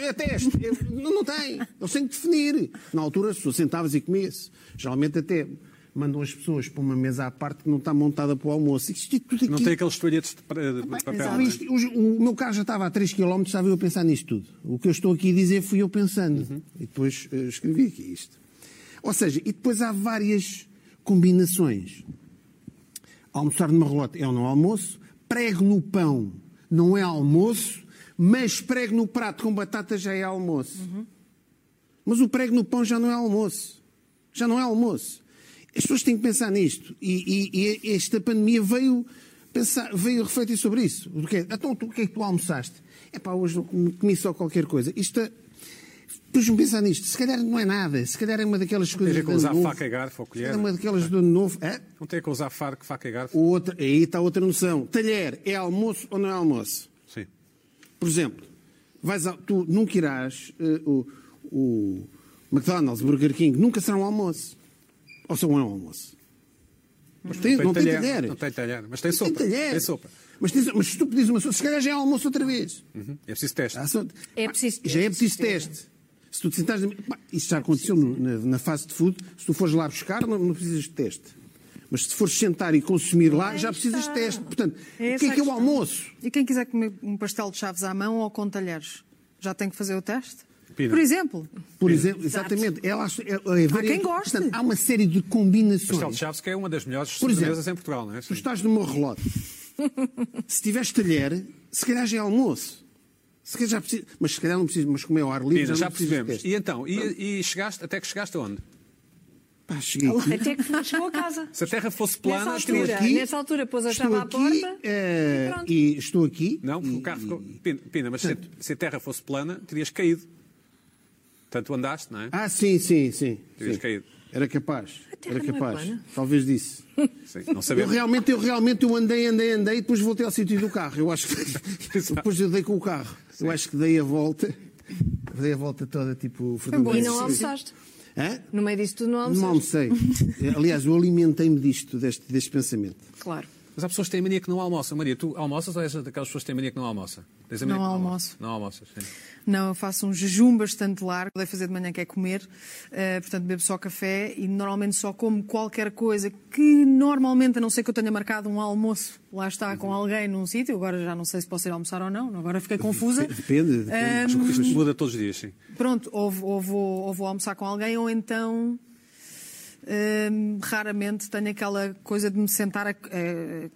Speaker 2: É teste. É- não, não tem. Eles têm que definir. Na altura, as pessoas sentavam-se e comia-se. Geralmente até mandam as pessoas para uma mesa à parte que não está montada para o almoço. Isto é tudo
Speaker 1: Não
Speaker 2: aqui-
Speaker 1: tem aqueles toalhetes de pa- de papel.
Speaker 2: Sabe,
Speaker 1: não é?
Speaker 2: isto- hoje- o meu carro já estava a 3 km, estava eu a pensar nisto tudo. O que eu estou aqui a dizer fui eu pensando. E depois eh, escrevi aqui isto. Ou seja, e depois há várias combinações. Almoçar numa relota é ou não almoço. Prego no pão não é almoço, mas prego no prato com batata já é almoço. Mas o prego no pão já não é almoço. Já não é almoço. As pessoas têm que pensar nisto. E, e- e esta pandemia veio, pensar, veio refletir sobre isso. O que é, então, tu, o que é que tu almoçaste? É pá, hoje não comi comi só qualquer coisa. Isto é, Pus-me a pensar nisto. Se calhar não é nada. Se calhar é uma daquelas coisas.
Speaker 1: a ver com
Speaker 2: do
Speaker 1: usar
Speaker 2: ano novo.
Speaker 1: faca e garfo ou
Speaker 2: Se calhar
Speaker 1: colher.
Speaker 2: É uma daquelas do ano novo. Hã?
Speaker 1: Não tem que usar farco, faca e garfo.
Speaker 2: Outra, aí está outra noção. Talher é almoço ou não é almoço?
Speaker 1: Sim.
Speaker 2: Por exemplo, vais ao- tu nunca irás. eh, o, o McDonald's, Burger King, nunca serão almoço. Ou são um almoço. Mas tem, não, tem talher.
Speaker 1: Não tem talher, mas tem
Speaker 2: Tem
Speaker 1: sopa.
Speaker 2: talher.
Speaker 1: Tem sopa.
Speaker 2: Mas, tens- mas se tu pedires uma sopa, se calhar já é almoço outra vez.
Speaker 1: Uhum. É preciso teste.
Speaker 2: Há só-
Speaker 3: É
Speaker 2: Pá,
Speaker 3: preciso
Speaker 2: Já é
Speaker 3: teste,
Speaker 2: preciso
Speaker 3: certeza.
Speaker 2: teste. Se tu te sentares. na- pá, Isso já aconteceu no- na, na fase de food. Se tu fores lá buscar, não, não precisas de teste. Mas se te fores sentar e consumir lá,
Speaker 3: Aí
Speaker 2: já precisas
Speaker 3: está.
Speaker 2: de teste. Portanto,
Speaker 3: É
Speaker 2: o que é que
Speaker 3: essa
Speaker 2: é
Speaker 3: a
Speaker 2: o
Speaker 3: questão.
Speaker 2: almoço?
Speaker 4: E quem quiser comer um pastel de chaves à mão ou com talheres, já tem que fazer o teste?
Speaker 1: Pina.
Speaker 4: Por exemplo,
Speaker 2: Por exemplo, exatamente. Ela acha- é- é varia-
Speaker 4: quem goste.
Speaker 2: Portanto, há uma série de combinações.
Speaker 1: Pastel de Chaves, que é uma das melhores
Speaker 2: Por exemplo,
Speaker 1: sobremesas em Portugal, não é?
Speaker 2: Tu estás no meu relógio. se tiveres talher, se calhar já é almoço. Se calhar já precisa, mas se calhar não precisa, mas como é ao ar livre,
Speaker 1: Pina,
Speaker 2: já,
Speaker 1: já
Speaker 2: não precisas de
Speaker 1: percebemos.
Speaker 2: teste.
Speaker 1: E então, e, e chegaste, até que chegaste aonde?
Speaker 2: Pá, cheguei aqui.
Speaker 3: Até que chegou a casa.
Speaker 1: Se a terra fosse
Speaker 3: Nessa
Speaker 1: plana, tinhas-
Speaker 3: altura,
Speaker 2: aqui,
Speaker 3: nessa altura pôs a
Speaker 2: estou
Speaker 3: chave à
Speaker 2: aqui,
Speaker 3: porta
Speaker 2: eh,
Speaker 3: e pronto.
Speaker 2: e estou aqui.
Speaker 1: Não, porque
Speaker 2: e,
Speaker 1: o carro ficou. Pina, Pina, mas se a, se a terra fosse plana, terias caído. Tanto andaste, não é?
Speaker 2: Ah, sim, sim, sim.
Speaker 1: Terias
Speaker 2: sim.
Speaker 1: caído.
Speaker 2: Era capaz.
Speaker 3: A terra
Speaker 2: Era
Speaker 3: não é
Speaker 2: capaz.
Speaker 3: plana.
Speaker 2: Talvez disse.
Speaker 1: Sim, não
Speaker 2: Eu
Speaker 1: sabemos.
Speaker 2: realmente, eu realmente eu andei, andei, andei e depois voltei ao sítio do carro. Eu acho que
Speaker 1: Exato.
Speaker 2: depois eu dei com o carro. Eu acho que dei a volta. Dei a volta toda, tipo o Fernando
Speaker 3: E
Speaker 2: Mendes.
Speaker 3: não almoçaste.
Speaker 2: Hã?
Speaker 3: No meio disso tudo não
Speaker 2: Não almocei.
Speaker 3: almoçaste.
Speaker 2: Aliás, eu alimentei-me disto, deste, deste pensamento.
Speaker 3: Claro.
Speaker 1: Mas há pessoas que têm mania que não almoçam. Maria, tu almoças ou és daquelas pessoas que têm mania que não almoça? Tens a mania
Speaker 4: Não
Speaker 1: que
Speaker 4: almoço.
Speaker 1: almoça? Não almoças, sim.
Speaker 4: não, eu faço um jejum bastante largo, dei fazer de manhã que é comer, eh, portanto bebo só café e normalmente só como qualquer coisa que normalmente, a não ser que eu tenha marcado um almoço, lá está, com alguém num sítio, agora já não sei se posso ir almoçar ou não, agora fiquei confusa.
Speaker 2: Depende, depende.
Speaker 4: Eh,
Speaker 1: Acho que isso muda todos os dias, sim.
Speaker 4: Pronto, ou, vou- ou vou, ou vou almoçar com alguém, ou então hum, raramente tenho aquela coisa de me sentar a, a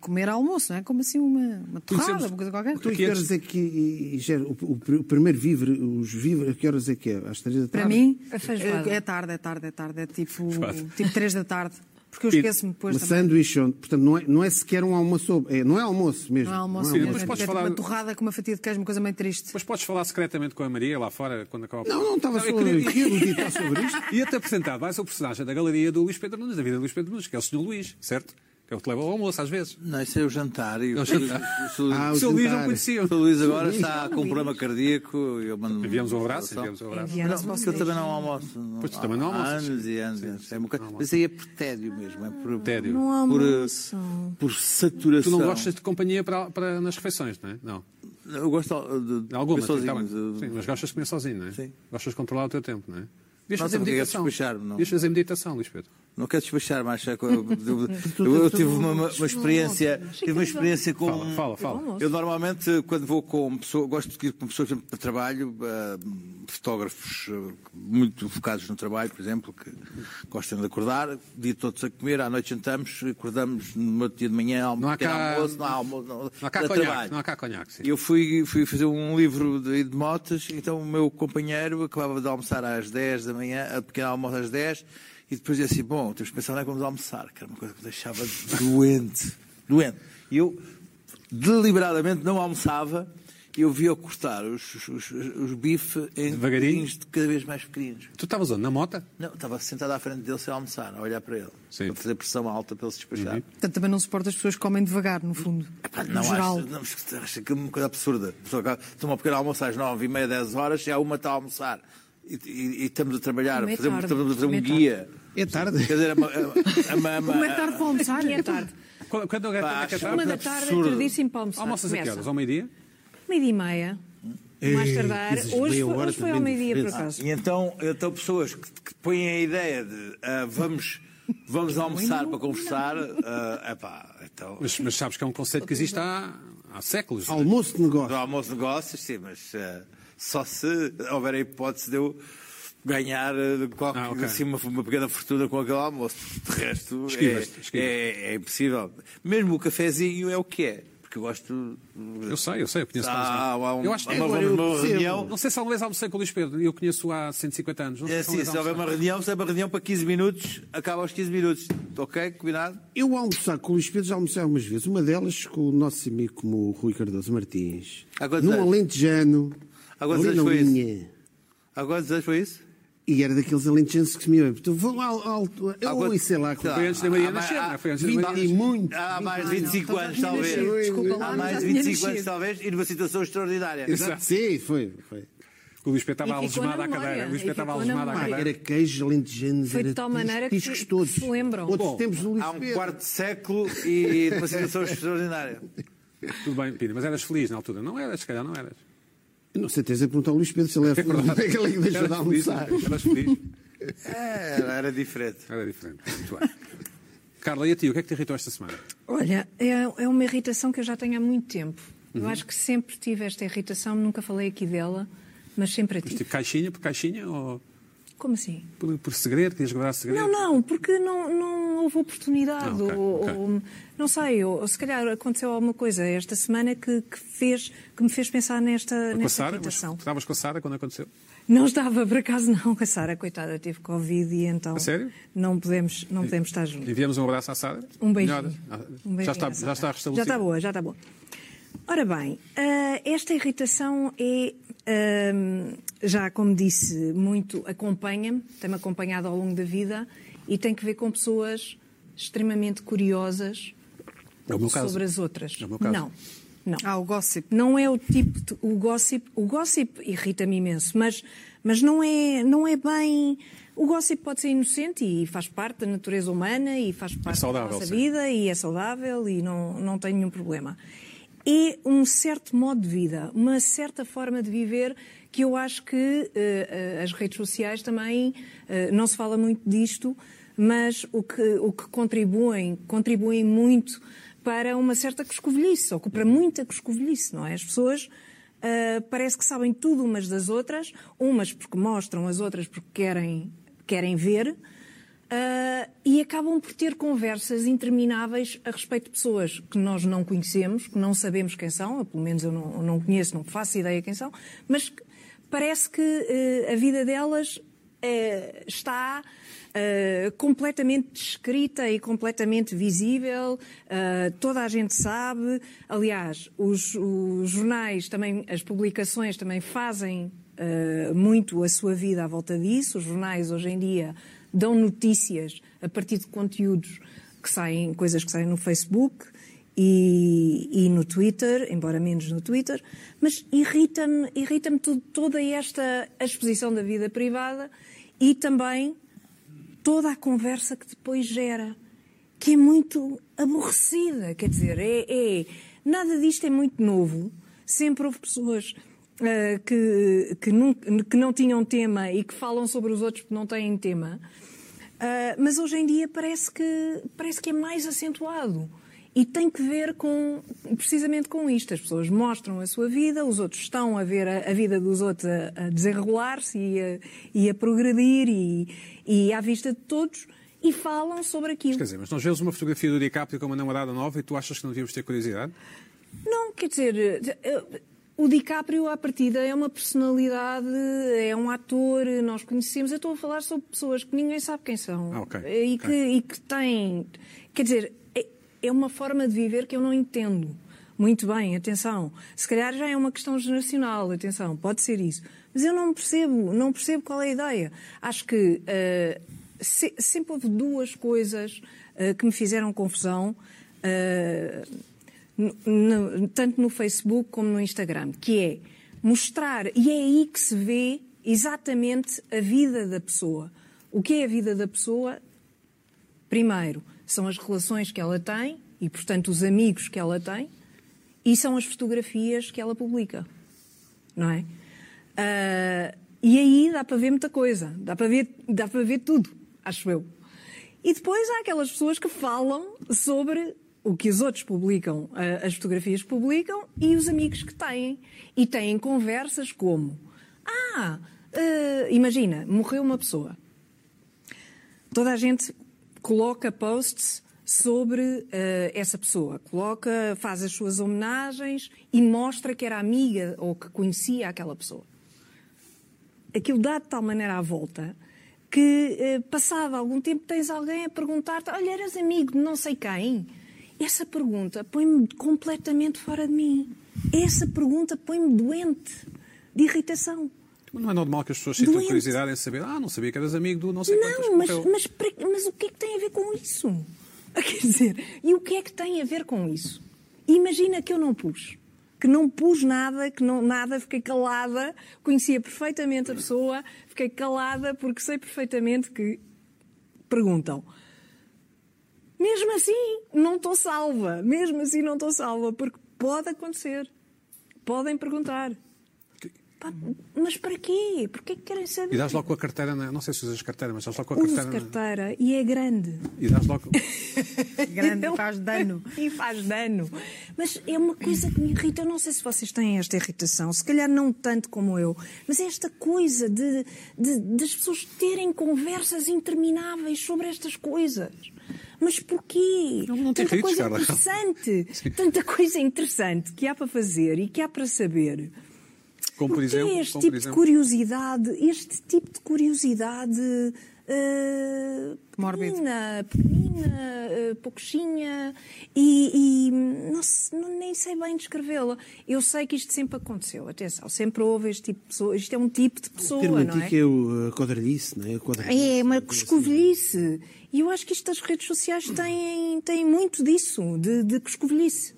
Speaker 4: comer almoço, não é? Como assim uma, uma torrada,
Speaker 1: Conhecemos-
Speaker 4: uma coisa qualquer.
Speaker 2: Tu a
Speaker 1: Aqui
Speaker 2: que
Speaker 1: antes-
Speaker 2: horas é que. e- e gera- o, o- o primeiro vivre, os vivre, a que horas é que é? Às três da tarde?
Speaker 4: Para mim,
Speaker 3: A feijoada.
Speaker 4: é é tarde, é tarde, é tarde, é tipo,
Speaker 1: Feijoada.
Speaker 4: tipo 3 da tarde, porque eu
Speaker 1: E-
Speaker 4: esqueço-me depois
Speaker 2: Uma
Speaker 4: também.
Speaker 2: sanduíche, onde- portanto, não é, não é sequer um almoço. É, não é almoço mesmo.
Speaker 4: Não é almoço,
Speaker 1: Sim,
Speaker 4: mesmo,
Speaker 1: mas
Speaker 4: é
Speaker 1: podes
Speaker 4: tipo
Speaker 1: falar-
Speaker 4: uma torrada com uma fatia de queijo, uma coisa meio triste.
Speaker 1: Mas podes falar secretamente com a Maria lá fora, quando acabar o
Speaker 2: Não, não estava só
Speaker 1: eu
Speaker 2: a
Speaker 1: queria-
Speaker 2: meditar sobre isto.
Speaker 1: Ia-te apresentar mais o personagem da galeria do Luís Pedro Nunes, da vida do Luís Pedro Nunes, que é o Sr. Luís, certo? Que é o que leva ao almoço às vezes.
Speaker 5: Não, isso é o jantar. E o,
Speaker 1: É o jantar.
Speaker 5: o- o- o-
Speaker 2: Ah,
Speaker 1: O
Speaker 2: o
Speaker 1: Sr. Luís não
Speaker 2: jantar.
Speaker 1: conhecia.
Speaker 5: o Sr. Luís agora está com um problema cardíaco. Eu mando
Speaker 1: Enviamos um abraço, enviamos um abraço.
Speaker 5: Não, porque eu também não almoço. Não,
Speaker 1: Pois, tu também não
Speaker 5: há
Speaker 1: almoças.
Speaker 5: anos e anos. e anos. É uma coisa- Mas aí é por tédio mesmo. É por,
Speaker 1: Tédio.
Speaker 5: Por,
Speaker 3: Não
Speaker 5: por, eh,
Speaker 3: almoçam.
Speaker 5: por saturação.
Speaker 1: Tu não gostas de companhia para, para- nas refeições, não é? Não.
Speaker 5: Eu gosto eh, de, de
Speaker 1: Alguma,
Speaker 5: comer
Speaker 1: sim, tá
Speaker 5: sozinho.
Speaker 1: bem.
Speaker 5: de-
Speaker 1: Sim, mas gostas de comer sozinho, não é?
Speaker 5: Sim.
Speaker 1: Gostas de controlar o teu tempo, não é? Devias
Speaker 5: Nossa,
Speaker 1: fazer
Speaker 5: porque é
Speaker 1: meditação.
Speaker 5: despechar-me, não.
Speaker 1: Devias fazer meditação, Luís Pedro.
Speaker 5: Não quero despachar mais. Eu, eu- eu- eu tive uma, uma- uma experiência, tive uma experiência com.
Speaker 1: Fala, fala, fala.
Speaker 5: Eu normalmente, quando vou com pessoas, gosto de ir com pessoas para trabalho, ah, fotógrafos ah, muito focados no trabalho, por exemplo, que gostam de acordar, dia todos a comer, à noite jantamos, acordamos no outro dia de manhã, almo
Speaker 1: Não há
Speaker 5: pequeno
Speaker 1: cá-
Speaker 5: almoço, não há almoço, não,
Speaker 1: Não há cá
Speaker 5: dá
Speaker 1: conhaque,
Speaker 5: trabalho.
Speaker 1: não há cá conhaque. sim.
Speaker 5: Eu fui, fui fazer um livro de, de motas, então o meu companheiro acabava de almoçar às 10 da manhã, a pequena almoço às 10, e depois dizia assim: Bom, temos que pensar onde é que vamos almoçar, que era uma coisa que me deixava doente. Doente. E eu deliberadamente não almoçava, e eu via cortar os, os, os, os bife em
Speaker 1: Devagarinho?
Speaker 5: pequeninos, de cada vez mais pequeninos.
Speaker 1: Tu estavas onde? Na mota?
Speaker 5: Não, estava sentado à frente dele sem almoçar, a olhar para ele,
Speaker 1: Sim. Uhum.
Speaker 5: para fazer pressão alta para ele se despachar.
Speaker 4: Portanto, também não suporta as pessoas que comem devagar, no fundo.
Speaker 5: Pá,
Speaker 4: no
Speaker 5: Não
Speaker 4: geral.
Speaker 5: acho, não, acho acho que é uma coisa absurda. A pessoa acaba- Toma um pequeno almoço às 9 e meia, 10 horas, e há uma está a almoçar. E, e- e estamos a trabalhar,
Speaker 3: Também é
Speaker 5: fazemos,
Speaker 3: tarde.
Speaker 5: estamos a fazer um
Speaker 3: Também é tarde.
Speaker 5: guia.
Speaker 2: É tarde.
Speaker 5: Quer dizer, é uma- é uma- é uma-
Speaker 4: Como é tarde para almoçar?
Speaker 3: Aqui é tarde.
Speaker 1: Quando, quando alguém
Speaker 5: Pá,
Speaker 1: quando é que
Speaker 5: acho
Speaker 1: acaba?
Speaker 3: Uma da
Speaker 5: absurdo.
Speaker 3: tarde é tardíssimo para almoçar.
Speaker 1: Almoças a que horas?
Speaker 3: Começa.
Speaker 1: Ao meio-dia?
Speaker 3: Meio-dia e meia. Mais tardar.
Speaker 2: dizes
Speaker 3: Hoje
Speaker 2: meia
Speaker 3: foi,
Speaker 2: hora
Speaker 3: hoje foi ao
Speaker 2: também
Speaker 3: meio-dia, por
Speaker 2: diferente.
Speaker 3: acaso.
Speaker 5: E então, então pessoas que, que põem a ideia de ah, vamos, vamos
Speaker 4: é um
Speaker 5: almoçar para conversar, é pá, então.
Speaker 1: Mas, mas sabes que é um conceito que existe há, há séculos. não é?
Speaker 2: Almoço de
Speaker 5: Do
Speaker 2: negócio.
Speaker 5: almoço de negócios, sim, mas eh, só se houver a hipótese de eu ganhar eh, qualquer,
Speaker 1: Ah, ok.
Speaker 5: assim, uma, uma pequena fortuna com aquele almoço. De resto,
Speaker 1: Esquivas-te,
Speaker 5: é,
Speaker 1: esquivas.
Speaker 5: é- é impossível. Mesmo o cafezinho é o que é, porque eu gosto.
Speaker 1: Eu sei, eu sei, eu conheço
Speaker 5: Ah,
Speaker 1: vários.
Speaker 5: há um-
Speaker 1: eu acho que é
Speaker 5: há uma,
Speaker 1: agora.
Speaker 5: uma
Speaker 2: eu percebo.
Speaker 5: reunião.
Speaker 1: Não sei se alguma vez almocei com o Luís Pedro. Eu conheço há 150 anos. Não sei
Speaker 5: É
Speaker 1: se alguma
Speaker 5: assim,
Speaker 1: vez um
Speaker 5: se houver uma
Speaker 1: almocei.
Speaker 5: reunião, se houver uma reunião para 15 minutos, acaba aos 15 minutos. Ok? Combinado?
Speaker 2: Eu almoçar com o Luís Pedro já almocei algumas vezes. Uma delas com o nosso amigo como o Rui Cardoso Martins.
Speaker 5: Há quantos
Speaker 2: Num
Speaker 5: anos?
Speaker 2: alentejano.
Speaker 5: Há quantos
Speaker 2: ali
Speaker 5: anos
Speaker 2: na
Speaker 5: foi isso?
Speaker 2: linha.
Speaker 5: Agora desejos foi isso?
Speaker 2: E era daqueles alentejanos que se me Tu vou lá ao alto. Eu
Speaker 5: Agora-
Speaker 2: oi, sei lá.
Speaker 5: sei lá.
Speaker 1: Foi antes da Maria
Speaker 5: Há-
Speaker 1: nascer,
Speaker 5: há-
Speaker 1: não é? Foi antes da Maria
Speaker 2: Vinte e
Speaker 1: nascer.
Speaker 2: muito.
Speaker 5: Há mais de
Speaker 4: Ah, não,
Speaker 5: 25
Speaker 4: então já
Speaker 5: anos,
Speaker 4: tinha nascido,
Speaker 5: talvez.
Speaker 4: Desculpa lá,
Speaker 5: Há
Speaker 4: mas
Speaker 5: mais
Speaker 4: já
Speaker 5: de
Speaker 4: tinha
Speaker 5: 25 anos,
Speaker 4: nascido.
Speaker 5: talvez, e numa situação extraordinária.
Speaker 1: Exato.
Speaker 2: Sim, foi. foi.
Speaker 1: O Luís Pedro estava
Speaker 3: E ficou na
Speaker 1: algemado à
Speaker 3: memória,
Speaker 1: cadeira. O Luís
Speaker 3: e
Speaker 1: Pedro estava
Speaker 3: ficou na
Speaker 1: algemado à
Speaker 2: Pá,
Speaker 1: cadeira.
Speaker 2: era queijo, alentejanos,
Speaker 3: Foi de
Speaker 2: era
Speaker 3: tal
Speaker 2: tis-
Speaker 3: maneira que-
Speaker 2: tiscos todos.
Speaker 3: que se lembram.
Speaker 2: Outros
Speaker 1: Bom,
Speaker 2: tempos do Luís
Speaker 5: Há um
Speaker 2: Pedro.
Speaker 5: quarto de século e uma situação extraordinária.
Speaker 1: Tudo bem, Pina, mas eras feliz na altura. Não eras, se calhar não eras.
Speaker 2: Eu Não sei, tens a perguntar ao Luís Pedro se ele é
Speaker 1: É verdade.
Speaker 2: como é que ele é que deixou de
Speaker 1: Eras feliz,
Speaker 2: almoçar.
Speaker 1: Eras feliz.
Speaker 5: É, era diferente.
Speaker 1: Era diferente. Muito bem. Carla, e a ti, o que é que te irritou esta semana?
Speaker 3: Olha, é, é uma irritação que eu já tenho há muito tempo. Eu
Speaker 2: Uhum.
Speaker 3: acho que sempre tive esta irritação, nunca falei aqui dela, mas sempre a
Speaker 1: Mas
Speaker 3: tive.
Speaker 1: tipo caixinha por caixinha ou
Speaker 2: tipo-
Speaker 3: Como assim?
Speaker 1: por, por segredo? Querias guardar segredo?
Speaker 3: Não, não, porque não, não houve oportunidade.
Speaker 1: Ah, ok,
Speaker 3: ou,
Speaker 1: ok.
Speaker 3: ou- não sei, ou, ou se calhar aconteceu alguma coisa esta semana que, que fez, que me fez pensar nesta,
Speaker 1: Com a
Speaker 3: nesta
Speaker 1: Sara?
Speaker 3: irritação.
Speaker 1: Mas Estavas com a Sara quando aconteceu?
Speaker 3: Não estava, por acaso, não. A Sara, coitada, teve Covid e então
Speaker 1: A sério?
Speaker 3: não podemos, não podemos estar juntos.
Speaker 1: Enviamos um abraço à Sara?
Speaker 3: Um beijinho.
Speaker 1: Melhoras? Ah,
Speaker 3: Um beijinho
Speaker 1: já está,
Speaker 3: à Sara.
Speaker 1: já está
Speaker 3: Já
Speaker 1: restabelecida?
Speaker 3: está boa, já está boa. Ora bem, ah, esta irritação é, ahm, já como disse, muito acompanha-me, tem-me acompanhado ao longo da vida e tem que ver com pessoas extremamente curiosas
Speaker 1: É o meu caso.
Speaker 3: sobre as outras.
Speaker 1: É o meu caso.
Speaker 3: Não, não.
Speaker 4: Ah, o gossip.
Speaker 3: Não é o tipo de, o gossip, o gossip irrita-me imenso, mas mas não é não é bem o gossip pode ser inocente e faz parte da natureza humana e faz parte
Speaker 1: É saudável,
Speaker 3: da nossa
Speaker 1: sim.
Speaker 3: vida e é saudável e não não tem nenhum problema. É um certo modo de vida, uma certa forma de viver que eu acho que eh, eh, as redes sociais também eh, não se fala muito disto, mas o que o que contribuem contribuem muito para uma certa coscovilhice, ou para muita coscovilhice, não é? As pessoas ah, parece que sabem tudo umas das outras, umas porque mostram, as outras porque querem, querem ver, ah, e acabam por ter conversas intermináveis a respeito de pessoas que nós não conhecemos, que não sabemos quem são, ou pelo menos eu não, eu não conheço, não faço ideia quem são, mas que parece que eh, a vida delas eh, está eh, completamente descrita e completamente visível, eh, toda a gente sabe. Aliás, os, os jornais também, as publicações também fazem eh, muito a sua vida à volta disso. Os jornais hoje em dia dão notícias a partir de conteúdos que saem, coisas que saem no Facebook e, e no Twitter, embora menos no Twitter, mas irrita-me irrita toda esta exposição da vida privada e também toda a conversa que depois gera, que é muito aborrecida, quer dizer, é, é- nada disto é muito novo. Sempre houve pessoas ah, que, que, nunca- que não tinham tema e que falam sobre os outros porque não têm tema. Ah, mas hoje em dia parece que, parece que é mais acentuado. E tem que ver com, precisamente com isto. As pessoas mostram a sua vida, os outros estão a ver a, a vida dos outros a, a desenrolar-se e a, e a progredir e, e à vista de todos e falam sobre aquilo.
Speaker 1: Quer dizer, mas nós vemos uma fotografia do DiCaprio com uma namorada nova e tu achas que não devíamos ter curiosidade?
Speaker 3: Não, quer dizer, eh, o DiCaprio, à partida, é uma personalidade, é um ator, nós conhecemos. Eu estou a falar sobre pessoas que ninguém sabe quem são.
Speaker 1: Ah, ok.
Speaker 3: Eh, E,
Speaker 1: Ok.
Speaker 3: Que, e que têm. Quer dizer, é, é uma forma de viver que eu não entendo. Muito bem, atenção. Se calhar já é uma questão geracional, atenção, pode ser isso. Mas eu não percebo, não percebo qual é a ideia. Acho que eh, se- sempre houve duas coisas eh, que me fizeram confusão. eh, no- no- tanto no Facebook como no Instagram, que é mostrar, e é aí que se vê exatamente a vida da pessoa. O que é a vida da pessoa? Primeiro, são as relações que ela tem e, portanto, os amigos que ela tem, e são as fotografias que ela publica não é? Ah, e aí dá para ver muita coisa, dá para ver, dá para ver tudo, acho eu. E depois há aquelas pessoas que falam sobre o que os outros publicam, ah, as fotografias que publicam e os amigos que têm. E têm conversas como: Ah, ah, imagina, morreu uma pessoa. Toda a gente coloca posts sobre eh, essa pessoa, coloca, faz as suas homenagens e mostra que era amiga ou que conhecia aquela pessoa. Aquilo dá de tal maneira à volta que, eh, passado algum tempo, tens alguém a perguntar-te: Olha, eras amigo de não sei quem? Essa pergunta põe-me completamente fora de mim. Essa pergunta põe-me doente, de irritação.
Speaker 1: Mas Não é normal que as pessoas sintam
Speaker 3: Doente.
Speaker 1: curiosidade em saber, ah, não sabia que eras amigo do não sei quantas
Speaker 3: Não, mas,
Speaker 1: morreu."
Speaker 3: mas, para- mas o que é que tem a ver com isso? Quer dizer, e o que é que tem a ver com isso? Imagina que eu não pus. Que não pus nada, que não, nada, fiquei calada, conhecia perfeitamente a pessoa, fiquei calada porque sei perfeitamente que perguntam. Mesmo assim, não estou salva. Mesmo assim, não estou salva, porque pode acontecer. Podem perguntar. Pá, mas para quê? Porquê que querem saber?
Speaker 1: E dás logo com a carteira, na- não sei se usas carteira, mas dás logo com a
Speaker 3: Uso
Speaker 1: carteira. na-
Speaker 3: carteira e é grande.
Speaker 1: E dás logo.
Speaker 4: Grande, faz dano.
Speaker 3: e faz dano. Mas é uma coisa que me irrita. Eu não sei se vocês têm esta irritação, se calhar não tanto como eu, mas é esta coisa de, de- das pessoas terem conversas intermináveis sobre estas coisas. Mas porquê?
Speaker 1: Não, não te
Speaker 3: tanta
Speaker 1: irrites,
Speaker 3: coisa
Speaker 1: Carla.
Speaker 3: interessante, tanta coisa interessante que há para fazer e que há para saber.
Speaker 1: Como por
Speaker 3: Porque
Speaker 1: exemplo.
Speaker 3: este
Speaker 1: como por
Speaker 3: tipo de
Speaker 1: exemplo
Speaker 3: curiosidade, este tipo de curiosidade eh,
Speaker 4: Mórbido.
Speaker 3: pequena, pequena, eh, pouquinha e, e não, se- não- nem sei bem descrevê-la. Eu sei que isto sempre aconteceu, atenção, sempre houve este tipo de pessoa, isto é um tipo de
Speaker 2: O
Speaker 3: pessoa,
Speaker 2: termo
Speaker 3: não
Speaker 2: antigo
Speaker 3: é?
Speaker 2: é o uh, quadralice, não é? O quadralice.
Speaker 3: É uma coscovilhice. E eu acho que isto das redes sociais têm, têm muito disso, de, de coscovilhice.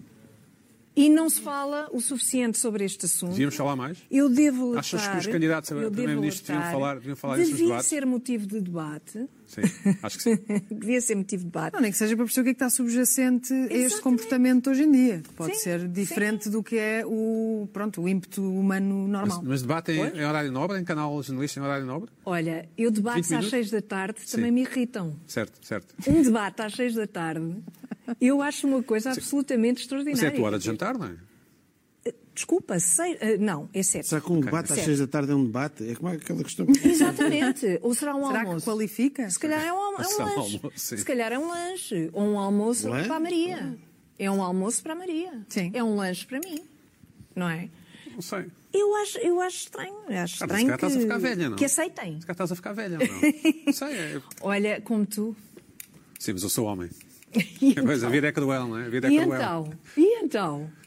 Speaker 3: E não se fala o suficiente sobre este assunto.
Speaker 1: Devíamos falar mais?
Speaker 3: Eu devo lutar.
Speaker 1: Achas que os candidatos a
Speaker 3: eu devo
Speaker 1: primeiro-ministro deviam
Speaker 3: lutar.
Speaker 1: falar- deviam falar disso nos
Speaker 3: Devia
Speaker 1: debates?
Speaker 3: ser motivo de debate.
Speaker 1: Sim, acho que sim.
Speaker 3: Devia ser motivo de debate.
Speaker 4: Não, nem que seja para perceber o que é que está subjacente a este
Speaker 3: Exatamente.
Speaker 4: comportamento hoje em dia. que Pode
Speaker 3: Sim,
Speaker 4: ser
Speaker 3: sim.
Speaker 4: diferente do que é o, pronto, o ímpeto humano
Speaker 1: Mas,
Speaker 4: normal.
Speaker 1: mas debate em, em horário nobre, em canal jornalista em horário nobre?
Speaker 3: Olha, eu
Speaker 1: 20
Speaker 3: debates às
Speaker 1: minutos?
Speaker 3: seis da tarde também
Speaker 1: Sim.
Speaker 3: me irritam.
Speaker 1: Certo, certo.
Speaker 3: Um debate às seis da tarde, eu acho uma coisa absolutamente
Speaker 1: Mas
Speaker 3: extraordinária.
Speaker 1: é a tua hora de jantar, não é?
Speaker 3: Desculpa, sei, ah, não, é sete.
Speaker 2: Será que um debate às
Speaker 3: Certo.
Speaker 2: seis da tarde é um debate? É como aquela questão.
Speaker 3: Exatamente. Ou será um
Speaker 4: Será que
Speaker 3: almoço?
Speaker 4: qualifica?
Speaker 3: Se calhar é um, al- é um
Speaker 1: Será um
Speaker 3: lanche.
Speaker 1: almoço, sim.
Speaker 3: Se calhar é um lanche. Ou um almoço
Speaker 2: Não é?
Speaker 3: para a Maria. É um almoço para a Maria.
Speaker 4: Sim.
Speaker 3: É um lanche para mim. Não é?
Speaker 1: Não sei.
Speaker 3: Eu acho, eu acho estranho. Eu acho
Speaker 1: Carla,
Speaker 3: estranho
Speaker 1: Ah, se calhar
Speaker 3: que,
Speaker 1: estás a ficar velha, não?
Speaker 3: que aceitem.
Speaker 1: Se calhar estás a ficar velha, ou não? Não sei. é-
Speaker 3: Olha, como tu.
Speaker 1: Sim, mas eu sou homem.
Speaker 3: E
Speaker 1: Mas a vida é cruel, não é? A vida é
Speaker 3: Então. E
Speaker 1: cruel.
Speaker 3: então? E então?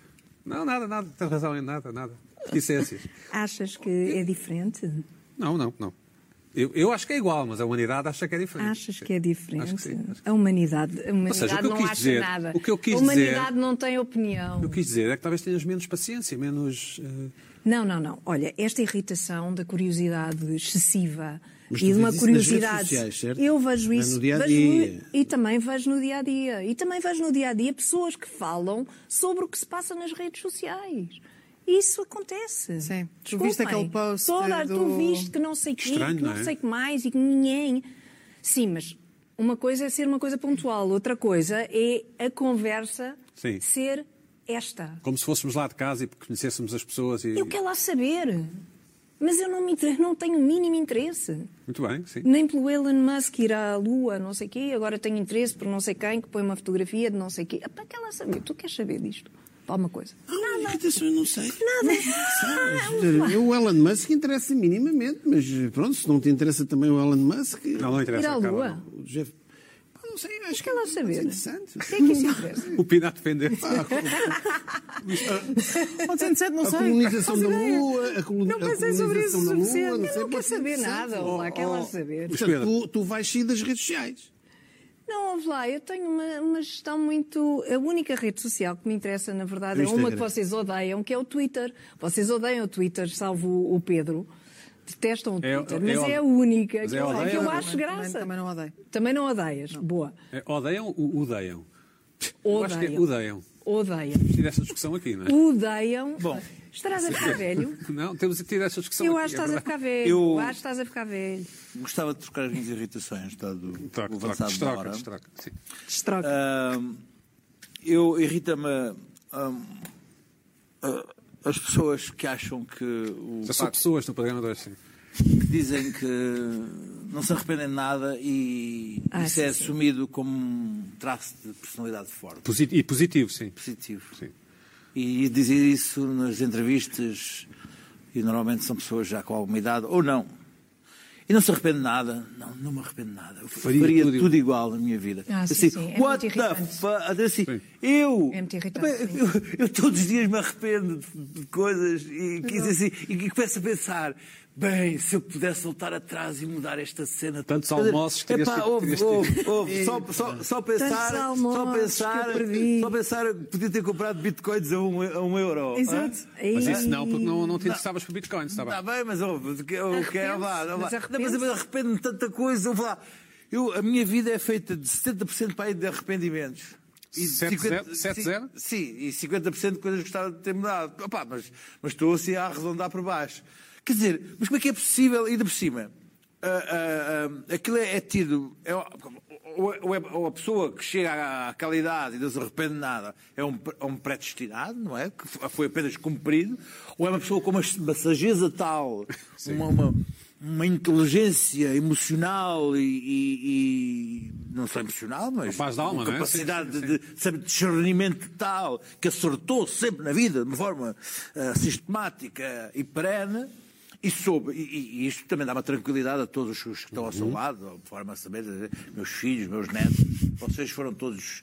Speaker 1: Não, nada, nada. Tens razão em nada, nada. Essências.
Speaker 3: Achas que é diferente?
Speaker 1: Não, não, não. Eu, eu acho que é igual, mas a humanidade acha que é diferente.
Speaker 3: Achas que é diferente?
Speaker 1: Acho que sim. Acho que...
Speaker 3: A humanidade, a humanidade
Speaker 1: seja, o que eu
Speaker 3: não
Speaker 1: quis
Speaker 3: acha
Speaker 1: dizer-
Speaker 3: nada.
Speaker 1: o que eu quis
Speaker 3: a humanidade
Speaker 1: dizer-
Speaker 3: não tem opinião.
Speaker 1: Eu quis dizer é que talvez tenhas menos paciência, menos. eh,
Speaker 3: Não, não, não. Olha, esta irritação da curiosidade excessiva
Speaker 2: Mas tu
Speaker 3: e de
Speaker 2: vês
Speaker 3: uma
Speaker 2: isso nas redes
Speaker 3: curiosidade.
Speaker 2: sociais, certo?
Speaker 3: Eu vejo
Speaker 2: É
Speaker 3: isso.
Speaker 2: no dia a
Speaker 3: vejo-
Speaker 2: dia.
Speaker 3: e também vejo no dia a dia. E também vejo no dia a dia pessoas que falam sobre o que se passa nas redes sociais. Isso acontece.
Speaker 4: Sim. Tu
Speaker 3: Desculpem.
Speaker 4: viste aquele post
Speaker 3: Toda,
Speaker 4: do-
Speaker 3: Tu viste que não sei o quê,
Speaker 1: Estranho,
Speaker 3: que não
Speaker 1: não é?
Speaker 3: sei o que mais e que ninguém. Sim, mas Uma coisa é ser uma coisa pontual, outra coisa é a conversa
Speaker 1: Sim.
Speaker 3: ser esta.
Speaker 1: Como se fôssemos lá de casa e conhecêssemos as pessoas e...
Speaker 3: Eu quero lá saber, mas eu não, me, inter- não tenho o mínimo interesse.
Speaker 1: Muito bem, sim.
Speaker 3: Nem pelo Elon Musk ir à Lua, não sei quê, agora tenho interesse por não sei quem que põe uma fotografia de não sei quê. Epá, quer lá saber, tu queres saber disto? Pá, uma coisa.
Speaker 2: Ah, uma irritação, eu não sei. Nada. Eu, o Elon Musk interessa minimamente, mas pronto, se não te interessa também o Elon Musk.
Speaker 1: Não, não
Speaker 3: Ir
Speaker 1: interessa.
Speaker 3: à
Speaker 1: Carla,
Speaker 3: Lua?
Speaker 1: não.
Speaker 2: O Jeff. Pá, Não sei, acho que
Speaker 3: Quer lá
Speaker 2: é
Speaker 3: saber?
Speaker 2: interessante.
Speaker 3: O que é que isso interessa?
Speaker 1: O Pinato Pender.
Speaker 4: Pode ser interessante, não
Speaker 2: A
Speaker 4: sei.
Speaker 2: colonização
Speaker 4: Faço
Speaker 2: da
Speaker 4: ideia.
Speaker 2: Lua, a, colo
Speaker 3: Não
Speaker 2: a
Speaker 3: pensei sobre isso
Speaker 2: colonização da
Speaker 3: o
Speaker 2: Lua,
Speaker 3: suficiente.
Speaker 2: não sei,
Speaker 3: Eu não quero
Speaker 2: pode ser
Speaker 3: saber
Speaker 2: interessante.
Speaker 3: nada,
Speaker 2: Oh,
Speaker 3: lá, quero lá
Speaker 2: oh.
Speaker 3: saber.
Speaker 2: Portanto, tu, tu vais sair das redes sociais.
Speaker 3: Não, ouve lá, eu tenho uma, uma gestão muito. A única rede social que me interessa, na
Speaker 2: O
Speaker 3: verdade, é uma
Speaker 2: Instagram.
Speaker 3: que vocês odeiam, que é o Twitter. Vocês odeiam o Twitter, salvo o o Pedro. Detestam o
Speaker 1: É-
Speaker 3: Twitter,
Speaker 1: é
Speaker 3: mas
Speaker 1: od-
Speaker 3: é a única
Speaker 1: mas
Speaker 3: que,
Speaker 1: é
Speaker 3: eu-
Speaker 1: odeiam
Speaker 3: que
Speaker 1: ou
Speaker 3: eu
Speaker 1: não?
Speaker 3: acho
Speaker 4: Também-
Speaker 3: graça.
Speaker 4: Também não odeio.
Speaker 3: Também não odeias. Boa.
Speaker 1: É, odeiam ou odeiam? Eu acho que é
Speaker 3: Odeiam.
Speaker 1: odeiam.
Speaker 3: Odeiam.
Speaker 1: Tive essa discussão aqui, não é?
Speaker 3: Odeiam. Estarás a ficar velho?
Speaker 1: Não, temos de ter essa discussão
Speaker 3: Eu
Speaker 1: aqui,
Speaker 3: acho que
Speaker 1: é
Speaker 3: estás a
Speaker 1: verdade.
Speaker 3: ficar velho.
Speaker 5: Eu-
Speaker 3: Eu acho que estás a ficar velho.
Speaker 5: Gostava de trocar as minhas irritações, dado o
Speaker 1: Troca, troca,
Speaker 5: avançado da
Speaker 1: destroca,
Speaker 5: hora.
Speaker 1: destroca. Sim.
Speaker 3: Destroca.
Speaker 1: Ah,
Speaker 5: Ahm, eu irrita-me ahm, ah, as pessoas que acham que o
Speaker 1: Já são
Speaker 5: facto
Speaker 1: pessoas no programa 2, sim.
Speaker 5: que dizem que não se arrependem de nada e
Speaker 3: Ah,
Speaker 5: isso
Speaker 3: sim,
Speaker 5: é
Speaker 3: sim.
Speaker 5: assumido como um traço de personalidade forte,
Speaker 1: Posi- E positivo, sim.
Speaker 5: positivo.
Speaker 1: Sim.
Speaker 5: E dizer isso nas entrevistas, e normalmente são pessoas já com alguma idade, ou não. E não se arrepende de nada. Não, não me arrependo de nada. Eu faria, tudo,
Speaker 1: tudo
Speaker 5: igual na minha vida.
Speaker 3: Ah, sim,
Speaker 5: assim,
Speaker 3: sim. É muito
Speaker 5: what the
Speaker 3: irritante.
Speaker 5: fuck? Assim,
Speaker 1: Sim.
Speaker 5: eu,
Speaker 3: É muito irritante,
Speaker 5: eu,
Speaker 3: sim.
Speaker 5: eu- eu todos os dias me arrependo de, de coisas e, quis assim, e, que começo a pensar, bem, se eu pudesse voltar atrás e mudar esta cena.
Speaker 1: Tantos
Speaker 5: Quer dizer,
Speaker 1: almoços que terias
Speaker 5: epá,
Speaker 1: tido-
Speaker 5: ouve,
Speaker 1: terias tido.
Speaker 5: ouve, ouve, só, só, só pensar, só
Speaker 3: almoços que
Speaker 5: pensar,
Speaker 3: eu perdi.
Speaker 5: só pensar que podia ter comprado bitcoins a um, a um euro.
Speaker 4: Exato.
Speaker 5: hã?
Speaker 1: Ah, Mas
Speaker 3: Ei.
Speaker 1: isso não, porque não, não te interessavas por bitcoins, está bem?
Speaker 5: Está bem, mas oh, eu quero lá. Não, vá.
Speaker 3: mas
Speaker 5: Não, mas eu arrependo-me de tanta coisa. Eu, vou lá. eu, a minha vida é feita de 70% para aí de arrependimentos. E
Speaker 1: Sete
Speaker 5: 50
Speaker 1: zero? Sete
Speaker 5: sim,
Speaker 1: zero?
Speaker 5: Sim, e 50% de coisas que gostava de ter mudado. Opa, mas, mas estou assim a arredondar por baixo. Quer dizer, mas como é que é possível, ainda por cima? ah, ah, ah, aquilo é, é tido. é- ou, ou é- ou a pessoa que chega à- àquela idade e não se arrepende de nada é um, pre- é um predestinado, não é? Que f- foi apenas cumprido. Ou é uma pessoa com uma, s- uma sageza tal, uma, uma- uma inteligência emocional e, e- e- não só emocional, mas um
Speaker 1: Capaz de alma,
Speaker 5: uma
Speaker 1: não é?
Speaker 5: capacidade
Speaker 1: Sim, sim,
Speaker 5: de- de sabe, discernimento tal que acertou sempre na vida de uma forma ah, sistemática e perene. E, soube, e, e- e isto também dá uma tranquilidade a todos os que estão ao
Speaker 1: Uhum.
Speaker 5: seu lado, de forma a saber, eh, meus filhos, meus netos, vocês foram todos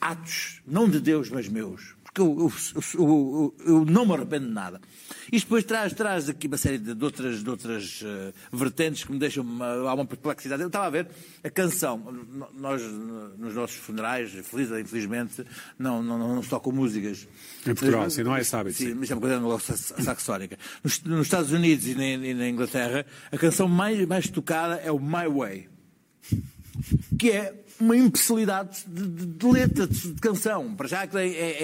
Speaker 5: atos, não de Deus, mas meus. Porque eu, eu- eu- eu- eu não me arrependo de nada. Isto depois traz, traz aqui uma série de, de outras, de outras eh, vertentes que me deixam uma, há uma perplexidade. Eu estava a ver a canção. No- Nós, no- nos nossos funerais, feliz ou infelizmente, não, não, não, não se tocam músicas.
Speaker 1: Em Portugal, sim, não é
Speaker 5: Mas-
Speaker 1: esse hábito,
Speaker 5: Sim,
Speaker 1: sim.
Speaker 5: mas é uma coisa anglo-saxónica. Nos, nos Estados Unidos e na, e na Inglaterra, a canção mais, mais tocada é o My Way que é uma imbecilidade de, de- de letra, de, de canção. Para já que é, é- é-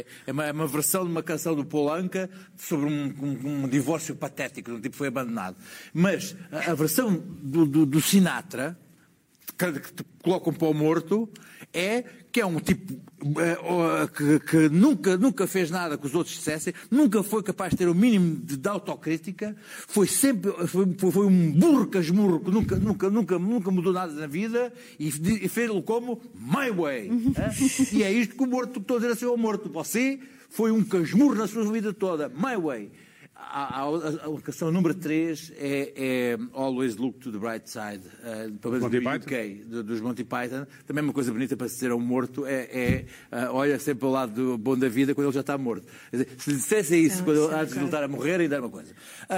Speaker 5: é- é uma, é uma versão de uma canção do Polanca sobre um, um- um divórcio patético, de um tipo que foi abandonado. Mas a, a versão do, do- do Sinatra, que, que te colocam para o morto, é que é um tipo eh, oh, que, que nunca, nunca fez nada que os outros dissessem, nunca foi capaz de ter o mínimo de, de autocrítica, foi sempre foi, foi- foi um burro casmurro que nunca, nunca, nunca, nunca mudou nada na vida e, de- e fez-lo como my way. hã? e é isto que o morto, estou a dizer assim ao morto, você foi um casmurro na sua vida toda, my way. A, a, a- a canção número 3 é, é Always Look to the Bright Side, eh, pelo menos
Speaker 1: Monty
Speaker 5: do
Speaker 1: Python?
Speaker 5: UK, do- dos Monty Python. Também uma coisa bonita para se dizer a um morto é, é, ah, olha sempre ao lado do bom da vida quando ele já está morto. Quer dizer, se lhe dissessem isso
Speaker 3: Ah,
Speaker 5: quando ele,
Speaker 3: sim,
Speaker 5: antes de
Speaker 3: claro.
Speaker 5: voltar a morrer, e dar uma coisa. Ah,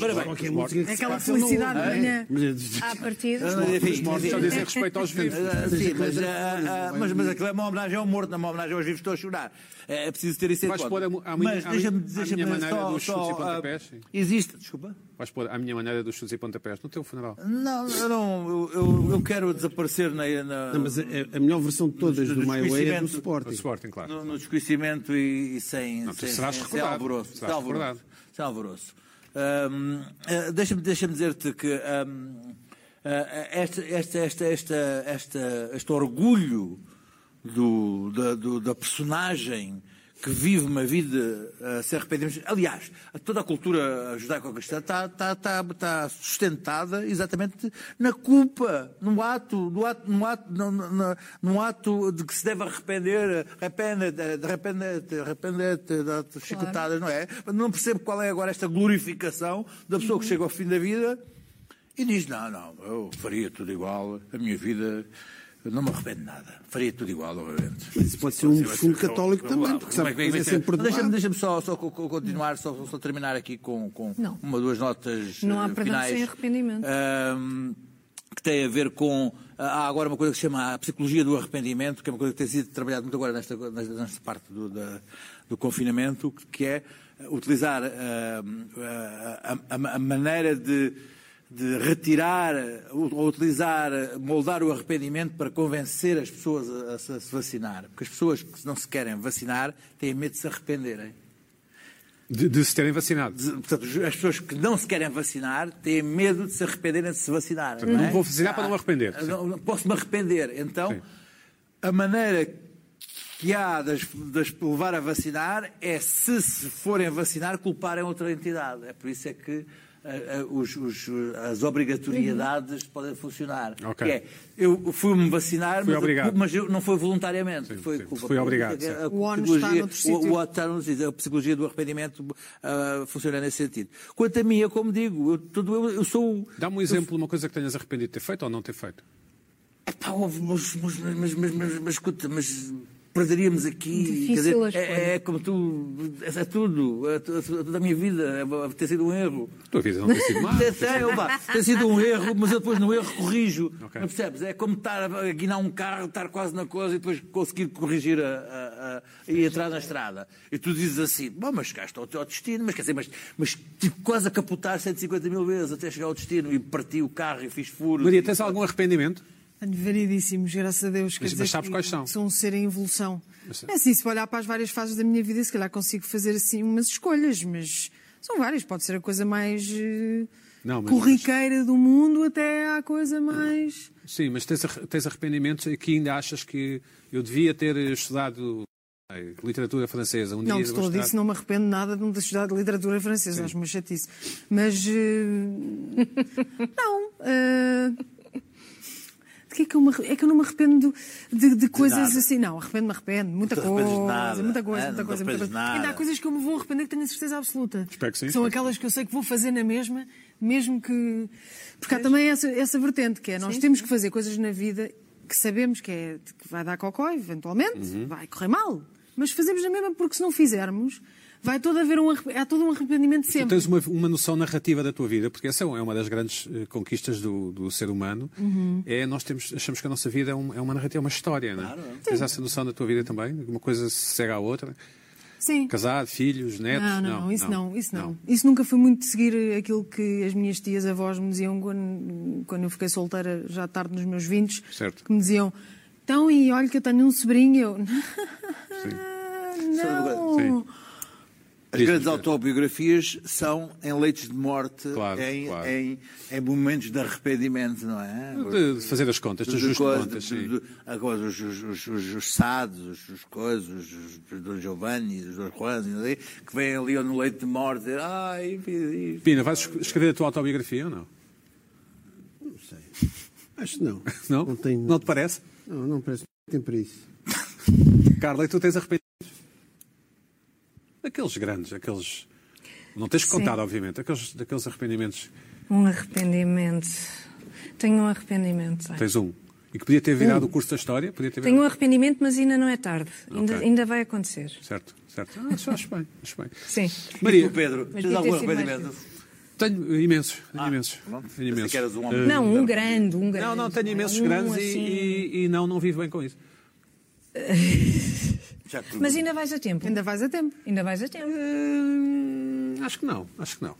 Speaker 5: ora bem,
Speaker 2: Qualquer música que
Speaker 4: É
Speaker 2: se
Speaker 4: aquela
Speaker 2: passa, eu não
Speaker 4: felicidade
Speaker 2: ouço.
Speaker 4: da
Speaker 3: né?
Speaker 4: manhã.
Speaker 1: é
Speaker 3: À partida.
Speaker 5: ah, enfim,
Speaker 1: Mortos
Speaker 5: enfim.
Speaker 1: só dizem respeito aos vivos.
Speaker 5: Ah, Sim, mas,
Speaker 1: é
Speaker 5: ah, ah, mas, mas aquilo é uma homenagem ao morto, não é uma homenagem aos vivos, estou a chorar. É preciso ter isso em
Speaker 1: Vais
Speaker 5: conta.
Speaker 1: pôr a mu- à minha-
Speaker 5: mas
Speaker 1: à
Speaker 5: deixa-me
Speaker 1: minha- à
Speaker 5: deixa
Speaker 1: minha maneira
Speaker 5: só,
Speaker 1: dos chutes e
Speaker 5: só, ah,
Speaker 1: pontapés, sim.
Speaker 5: Existe, desculpa.
Speaker 1: Vais pôr a minha maneira dos chutes e pontapés no teu funeral.
Speaker 5: Não, eu não, eu, eu, eu quero desaparecer na, na-
Speaker 2: Não, mas a, a- a melhor versão de todas
Speaker 5: Dos-
Speaker 2: do
Speaker 5: dos
Speaker 2: My Way é do
Speaker 5: conhecimentos-
Speaker 1: No
Speaker 2: Sporting.
Speaker 1: Sporting, claro.
Speaker 5: no, no desconhecimento e, e sem,
Speaker 1: Não, tu
Speaker 5: sem,
Speaker 1: serás
Speaker 5: sem, sem
Speaker 1: recordado.
Speaker 5: alvoroço.
Speaker 1: Serás
Speaker 5: Sem alvoroço.
Speaker 1: recordado.
Speaker 5: Sem alvoroço. Hum, eh, Deixa-me deixa dizer-te que hum, ah, esta, esta, esta, esta, esta, este orgulho do, da, do- da personagem que vive uma vida a se arrependemos. Aliás, toda a cultura judaico-cristã está, está, está, está sustentada exatamente na culpa, no ato, no ato, no ato, no, no- no- no ato de que se deve arrepender, arrependa-te, arrependa-te, arrependa-te, dá-te chicotadas, não é? Mas não percebo qual é agora esta glorificação da pessoa que chega ao fim da vida e diz: Não, não, eu faria tudo igual, a minha vida, eu não me arrependo de nada, faria tudo igual, obviamente.
Speaker 2: Isso pode ser um
Speaker 1: é
Speaker 2: fundo católico também, porque sabe que
Speaker 1: Como é que
Speaker 2: coisa é
Speaker 1: vai ser?
Speaker 2: sempre
Speaker 5: Deixa-me
Speaker 2: perdoado.
Speaker 5: deixa só, só co- co- continuar, só, só terminar aqui com, com
Speaker 3: Não.
Speaker 5: uma duas notas
Speaker 3: Não há
Speaker 5: eh,
Speaker 3: perdão
Speaker 5: finais,
Speaker 3: sem arrependimento.
Speaker 5: ahm, que tem a ver com. Há agora uma coisa que se chama a psicologia do arrependimento, que é uma coisa que tem sido trabalhada muito agora nesta, nesta, nesta parte do, da- do confinamento, que é utilizar ahm, a, a- a maneira de, de retirar ou ou utilizar, moldar o arrependimento para convencer as pessoas a, a se- a se vacinar. Porque as pessoas que não se querem vacinar têm medo de se arrependerem.
Speaker 1: De, de se terem vacinado.
Speaker 5: De- Portanto, as pessoas que não se querem vacinar têm medo de se arrependerem de se vacinar. Não,
Speaker 1: não
Speaker 5: é?
Speaker 1: vou vacinar para não me arrepender.
Speaker 5: Ah, não- não- Posso-me arrepender. Então,
Speaker 1: Sim.
Speaker 5: a maneira que há de as de as levar a vacinar é, se se forem vacinar, culparem outra entidade. É por isso é que ah, ah, os- os- as obrigatoriedades podem funcionar.
Speaker 1: Uhum. Ok.
Speaker 5: Que é, eu fui-me vacinar,
Speaker 1: Fui
Speaker 5: mas, a
Speaker 1: obrigado.
Speaker 5: culpa- mas eu- não foi voluntariamente. foi
Speaker 1: sim.
Speaker 5: culpa
Speaker 1: Fui obrigado,
Speaker 5: pública, que é
Speaker 1: sim.
Speaker 5: a
Speaker 4: O ónus
Speaker 5: psicologia-
Speaker 4: está noutro
Speaker 5: o- o
Speaker 4: sítio.
Speaker 5: Pode estar nos dizer, a psicologia do arrependimento ah, funciona nesse sentido. Quanto a mim, eu como digo, eu, tudo, eu, eu sou. o-
Speaker 1: Dá-me um exemplo de uma coisa que tenhas arrependido de ter feito ou não ter feito.
Speaker 5: Epá, houve, mas, mas, mas, mas, mas, mas, mas escuta, mas perderíamos aqui.
Speaker 3: Difícil a escolha.
Speaker 5: é, é como tu, é, é tudo, é, tu- é toda a minha vida, é, é, tem sido um erro.
Speaker 1: A tua vida não tem sido má.
Speaker 5: Tem, tem, opa, é, tem sido um erro, mas eu depois no erro corrijo.
Speaker 1: Ok.
Speaker 5: Não percebes? É como estar a guinar um carro, estar quase na coisa e depois conseguir corrigir a, a- a- e entrar na estrada. E tu dizes assim, bom, mas chegaste ao teu destino, mas quer dizer, mas, mas tive quase a capotar 150 mil vezes até chegar ao destino e parti o carro e fiz furos.
Speaker 1: Maria, tens algum arrependimento?
Speaker 4: Tenho variedíssimos, graças a Deus. Quer
Speaker 1: Mas- mas
Speaker 4: dizer
Speaker 1: sabes
Speaker 4: que
Speaker 1: quais são?
Speaker 4: Sou um ser em evolução.
Speaker 1: Mas-
Speaker 4: É assim, se olhar para as várias fases da minha vida, se calhar consigo fazer assim umas escolhas, mas são várias. Pode ser a coisa mais eh,
Speaker 1: Não, mas-
Speaker 4: corriqueira do mundo até à coisa mais.
Speaker 1: Sim, mas tens, arre- tens arrependimentos e que ainda achas que eu devia ter estudado sei, literatura francesa. Um
Speaker 4: Não,
Speaker 1: dia
Speaker 4: de
Speaker 1: vou
Speaker 4: todo
Speaker 1: estudar-
Speaker 4: isso não me arrependo nada de me ter estudado literatura francesa, acho uma chatice. Mas. eh, não. eh, de que é, que eu me arre- é que eu não me arrependo de, de coisas
Speaker 5: nada.
Speaker 4: assim. Não, arrependo-me, arrependo. Muita
Speaker 5: Não te
Speaker 4: coisa,
Speaker 5: arrependes de nada,
Speaker 4: muita coisa,
Speaker 5: é?
Speaker 4: muita
Speaker 5: Não te
Speaker 4: coisa. muita
Speaker 5: arrependes
Speaker 4: coisa.
Speaker 5: de nada.
Speaker 4: Ainda há coisas que eu me vou arrepender que tenho a certeza absoluta.
Speaker 1: Espero que sim,
Speaker 4: São
Speaker 1: espero
Speaker 4: aquelas que eu sei que vou fazer na mesma, mesmo que. Porque há também essa, essa vertente que é nós temos que fazer coisas na vida que sabemos que, é, que vai dar cocó, eventualmente,
Speaker 1: Uhum.
Speaker 4: vai correr mal. Mas fazemos na mesma porque se não fizermos, vai todo haver um, arrep- há todo um arrependimento
Speaker 1: Tu
Speaker 4: sempre.
Speaker 1: tens uma, uma noção narrativa da tua vida, porque essa é uma das grandes eh, conquistas do, do ser humano.
Speaker 4: Uhum.
Speaker 1: É nós temos, achamos que a nossa vida é, um- é uma narrativa, é uma história, não é? Tens essa noção da tua vida também? Uma coisa se segue à outra?
Speaker 4: Sim.
Speaker 1: Casado, filhos, netos?
Speaker 4: Não, não, não, isso não, isso não. Isso nunca foi muito seguir aquilo que as minhas tias avós me diziam quando, quando eu fiquei solteira, já tarde nos meus vintes,
Speaker 1: Certo.
Speaker 4: que me diziam, então, e olha que eu tenho um sobrinho, eu, não,
Speaker 1: Sim.
Speaker 5: As
Speaker 1: Diz-me,
Speaker 5: grandes
Speaker 1: Pedro.
Speaker 5: autobiografias são em leitos de morte,
Speaker 1: Claro,
Speaker 5: em,
Speaker 1: claro.
Speaker 5: Em, em momentos de arrependimento, não é?
Speaker 1: De, de fazer as contas, das
Speaker 5: De
Speaker 1: justas
Speaker 5: coisa-
Speaker 1: contas.
Speaker 5: de-
Speaker 1: sim.
Speaker 5: de- a coisa, os, os, os, os, os Sados, os, os coisas, os, os Dom Giovanni, os Dom Juan, não sei, que vêm ali no leito de morte dizer, ai, fiz isto.
Speaker 1: Pina, vais es- escrever a tua autobiografia ou não?
Speaker 2: Acho que não.
Speaker 1: Não?
Speaker 2: Não tenho.
Speaker 1: Não te parece?
Speaker 2: Não, não parece que tem para isso.
Speaker 1: Carla, e tu tens arrependidos? Aqueles grandes, aqueles. Não tens contado, obviamente, aqueles, daqueles arrependimentos.
Speaker 3: Um arrependimento. Tenho um arrependimento. tenho.
Speaker 1: Tens um. E que podia ter virado o curso da história? Podia ter virado.
Speaker 3: Tenho um arrependimento, mas ainda não é tarde. Ainda,
Speaker 1: Ok.
Speaker 3: ainda vai acontecer.
Speaker 1: Certo, certo. Ah, acho, acho bem, acho bem.
Speaker 3: Sim.
Speaker 5: E
Speaker 1: Maria,
Speaker 5: tu, Pedro,
Speaker 3: Mas
Speaker 5: tens
Speaker 3: devia
Speaker 5: algum
Speaker 3: ter sido mais
Speaker 5: arrependimento?
Speaker 1: tenho imensos, tenho imensos.
Speaker 5: Ah, pronto.
Speaker 1: Tenho
Speaker 5: Pensei
Speaker 1: imensos.
Speaker 5: que eras um homem.
Speaker 1: Eh,
Speaker 3: Não, um grande, um grande.
Speaker 1: não, não, tenho imensos
Speaker 3: Um
Speaker 1: grandes e-
Speaker 3: assim.
Speaker 1: e, e não, não vivo bem com isso.
Speaker 5: Já que-
Speaker 3: Mas ainda vais a tempo.
Speaker 4: ainda vais a tempo.
Speaker 3: Ainda vais a tempo.
Speaker 1: Hum, acho que não, acho que não. Acho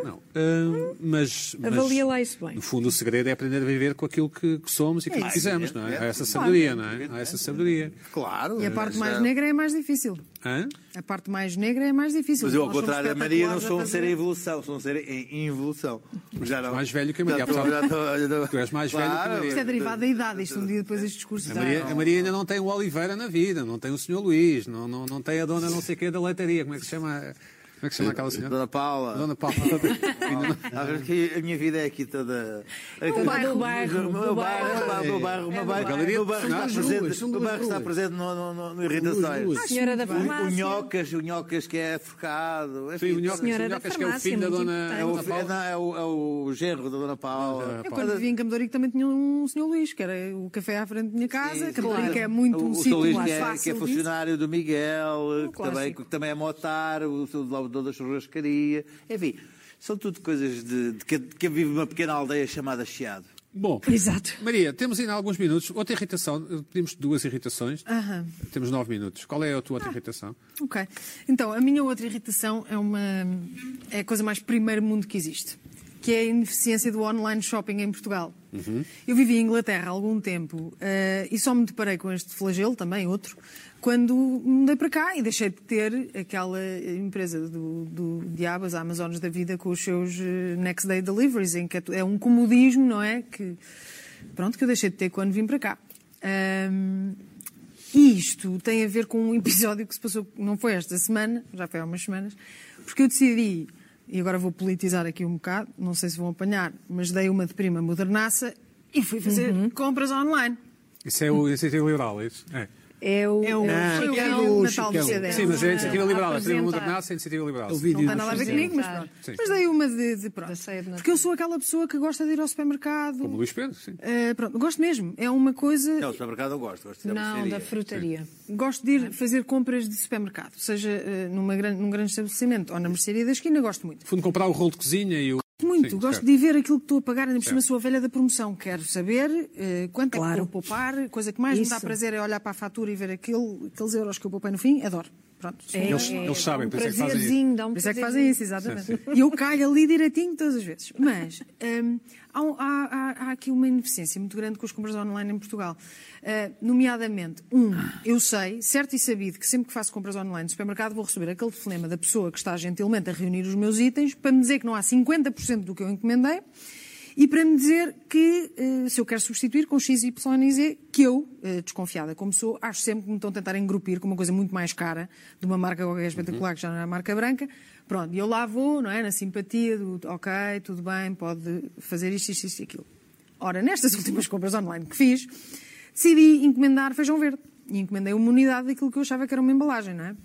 Speaker 1: que Não. Ah, mas, mas,
Speaker 3: Avalia lá isso bem.
Speaker 1: No fundo, o segredo é aprender a viver com aquilo que, que somos e aquilo que fizemos, não é? Há essa sabedoria, não é? Há essa sabedoria.
Speaker 5: Claro.
Speaker 4: E a parte
Speaker 5: já-
Speaker 4: mais negra é mais difícil.
Speaker 1: Hã?
Speaker 4: A parte mais negra é mais difícil.
Speaker 5: Mas eu, ao
Speaker 4: Nós somos
Speaker 5: contrário da Maria, não sou um
Speaker 4: espetaculares é?
Speaker 5: ser
Speaker 4: a
Speaker 5: em
Speaker 4: fazer-
Speaker 5: evolução, sou um ser em involução. Já não.
Speaker 1: Mais velho que a Maria,
Speaker 5: Já estou-
Speaker 1: apesar de-
Speaker 5: já estou- já estou-
Speaker 1: Tu és mais velho que a
Speaker 5: Claro.
Speaker 1: Maria.
Speaker 4: Isto é derivado da idade. Isto um dia depois estes cursos.
Speaker 1: A
Speaker 5: é
Speaker 1: Maria, a Maria ainda não tem o Oliveira na vida, não tem o Sr. Luís, não, não, não tem a dona não sei quê da leitaria. Como é que se chama, como é que se chama aquela senhora?
Speaker 5: Dona Paula.
Speaker 1: Dona Paula.
Speaker 5: Às vezes que a minha vida é aqui toda. O
Speaker 3: bairro, o bairro,
Speaker 5: O
Speaker 3: o
Speaker 5: meu bairro,
Speaker 3: bairro.
Speaker 5: o meu bairro, o meu bairro.
Speaker 1: galeria
Speaker 5: O meu bairro
Speaker 1: de
Speaker 5: está
Speaker 1: personagens.
Speaker 5: presente.
Speaker 2: São
Speaker 5: O
Speaker 2: duas
Speaker 5: bairro está
Speaker 2: ruas.
Speaker 5: presente no- no- no- no
Speaker 2: Duas
Speaker 5: Irritações.
Speaker 2: ruas.
Speaker 3: A Ah, senhora da
Speaker 5: O
Speaker 3: farmácia.
Speaker 5: Nhocas, o Nhocas que é forcado. enfim,
Speaker 1: Sim, o Nhocas, o
Speaker 3: Senhora da
Speaker 1: Nhocas que é o
Speaker 3: farmácia,
Speaker 1: filho da
Speaker 3: muito
Speaker 1: dona,
Speaker 3: importante.
Speaker 5: É o,
Speaker 1: Dona
Speaker 5: é,
Speaker 1: Paula.
Speaker 5: não, é, o, é o genro da Dona
Speaker 2: É.
Speaker 5: Paula.
Speaker 1: Eu
Speaker 4: Eu, quando vivi em Camborico, também tinha um senhor Luís, que era o café à frente da minha casa. Camborico é muito
Speaker 5: o,
Speaker 4: um
Speaker 5: o
Speaker 4: sítio
Speaker 5: Solis
Speaker 4: mais
Speaker 5: que é,
Speaker 4: fácil.
Speaker 5: que é
Speaker 4: disso.
Speaker 5: funcionário do Miguel, que também,
Speaker 3: clássico.
Speaker 5: que também é motar, o seu dono da churrascaria. Enfim, são tudo coisas de, de quem de quem vive numa pequena aldeia chamada Chiado.
Speaker 1: Bom,
Speaker 3: Exato.
Speaker 1: Maria, temos ainda alguns minutos. Outra irritação, pedimos duas irritações.
Speaker 4: Aham.
Speaker 1: Temos nove minutos. Qual é a tua outra irritação?
Speaker 4: Ok. Então, a minha outra irritação é uma é a coisa mais primeiro mundo que existe, que é a ineficiência do online shopping em Portugal. Eu vivi em Inglaterra há algum tempo eh, e só me deparei com este flagelo, também outro, quando me mudei para cá e deixei de ter aquela empresa do, do Diabas, a Amazonas da Vida, com os seus eh, next day deliveries, em que é tu- é um comodismo, não é? Que, pronto, que eu deixei de ter quando vim para cá. Ahm, e isto tem a ver com um episódio que se passou, não foi esta semana, já foi há umas semanas, porque eu decidi, e agora vou politizar aqui um bocado, não sei se vão apanhar, mas dei uma de prima modernaça e fui fazer compras online.
Speaker 1: Isso é o Iniciativa Liberal, é isso? É.
Speaker 3: É o.
Speaker 4: É o
Speaker 2: Ah,
Speaker 4: foi o
Speaker 2: que é
Speaker 4: filme
Speaker 2: do
Speaker 4: de Natal do
Speaker 2: Chicão.
Speaker 4: CDS.
Speaker 1: Sim, mas é a Iniciativa Liberal. A Prima
Speaker 3: apresentar.
Speaker 1: Modernaça é a Iniciativa Liberal.
Speaker 2: O vídeo
Speaker 4: Não tem nada a ver comigo, mas pronto.
Speaker 1: Sim.
Speaker 4: Mas dei uma de, de pronto.
Speaker 3: Da ceia de Natal.
Speaker 4: Porque eu sou aquela pessoa que gosta de ir ao supermercado.
Speaker 1: Como o Luís Pedro, sim.
Speaker 4: Ah, pronto, gosto mesmo. É uma coisa.
Speaker 5: Não, o supermercado eu gosto, gosto de
Speaker 3: Não, da
Speaker 5: mercearia.
Speaker 3: frutaria.
Speaker 4: Gosto de ir fazer compras de supermercado, seja eh, numa gran- num grande estabelecimento ou na mercearia da esquina, gosto muito.
Speaker 1: No fundo, comprar o rolo de cozinha e o...
Speaker 4: Muito,
Speaker 1: Sim,
Speaker 4: gosto
Speaker 1: certo.
Speaker 4: de ir ver aquilo que estou a pagar, ainda por cima sou a velha da promoção. Quero saber eh, quanto é que
Speaker 3: Claro.
Speaker 4: vou poupar, coisa que mais me dá
Speaker 3: Isso.
Speaker 4: prazer é olhar para a fatura e ver aquele, aqueles euros que eu poupei no fim, adoro. Pronto. sou
Speaker 3: É-
Speaker 1: Eles-
Speaker 3: é-
Speaker 1: eles sabem,
Speaker 3: um
Speaker 1: por isso é que fazem isso.
Speaker 3: prazerzinho, dá um
Speaker 4: por isso é que
Speaker 3: prazerzinho.
Speaker 4: fazem isso, exatamente. E eu caio ali direitinho todas as vezes. Mas hum, há, um- há- há- há aqui uma ineficiência muito grande com as compras online em Portugal. Ah, nomeadamente, um, eu sei, certo e sabido, que sempre que faço compras online no supermercado vou receber aquele telefonema da pessoa que está gentilmente a reunir os meus itens para me dizer que não há 50% do que eu encomendei e para me dizer que eh, se eu quero substituir com X, Y e Z, que eu, eh, desconfiada como sou, acho sempre que me estão a tentar engrupir com uma coisa muito mais cara, de uma marca qualquer espetacular, que já não é a marca branca. Pronto, e eu lá vou, não é? Na simpatia do ok, tudo bem, pode fazer isto, isto, isto e aquilo. Ora, nestas últimas compras online que fiz, decidi encomendar feijão verde. E encomendei uma unidade daquilo que eu achava que era uma embalagem, não é?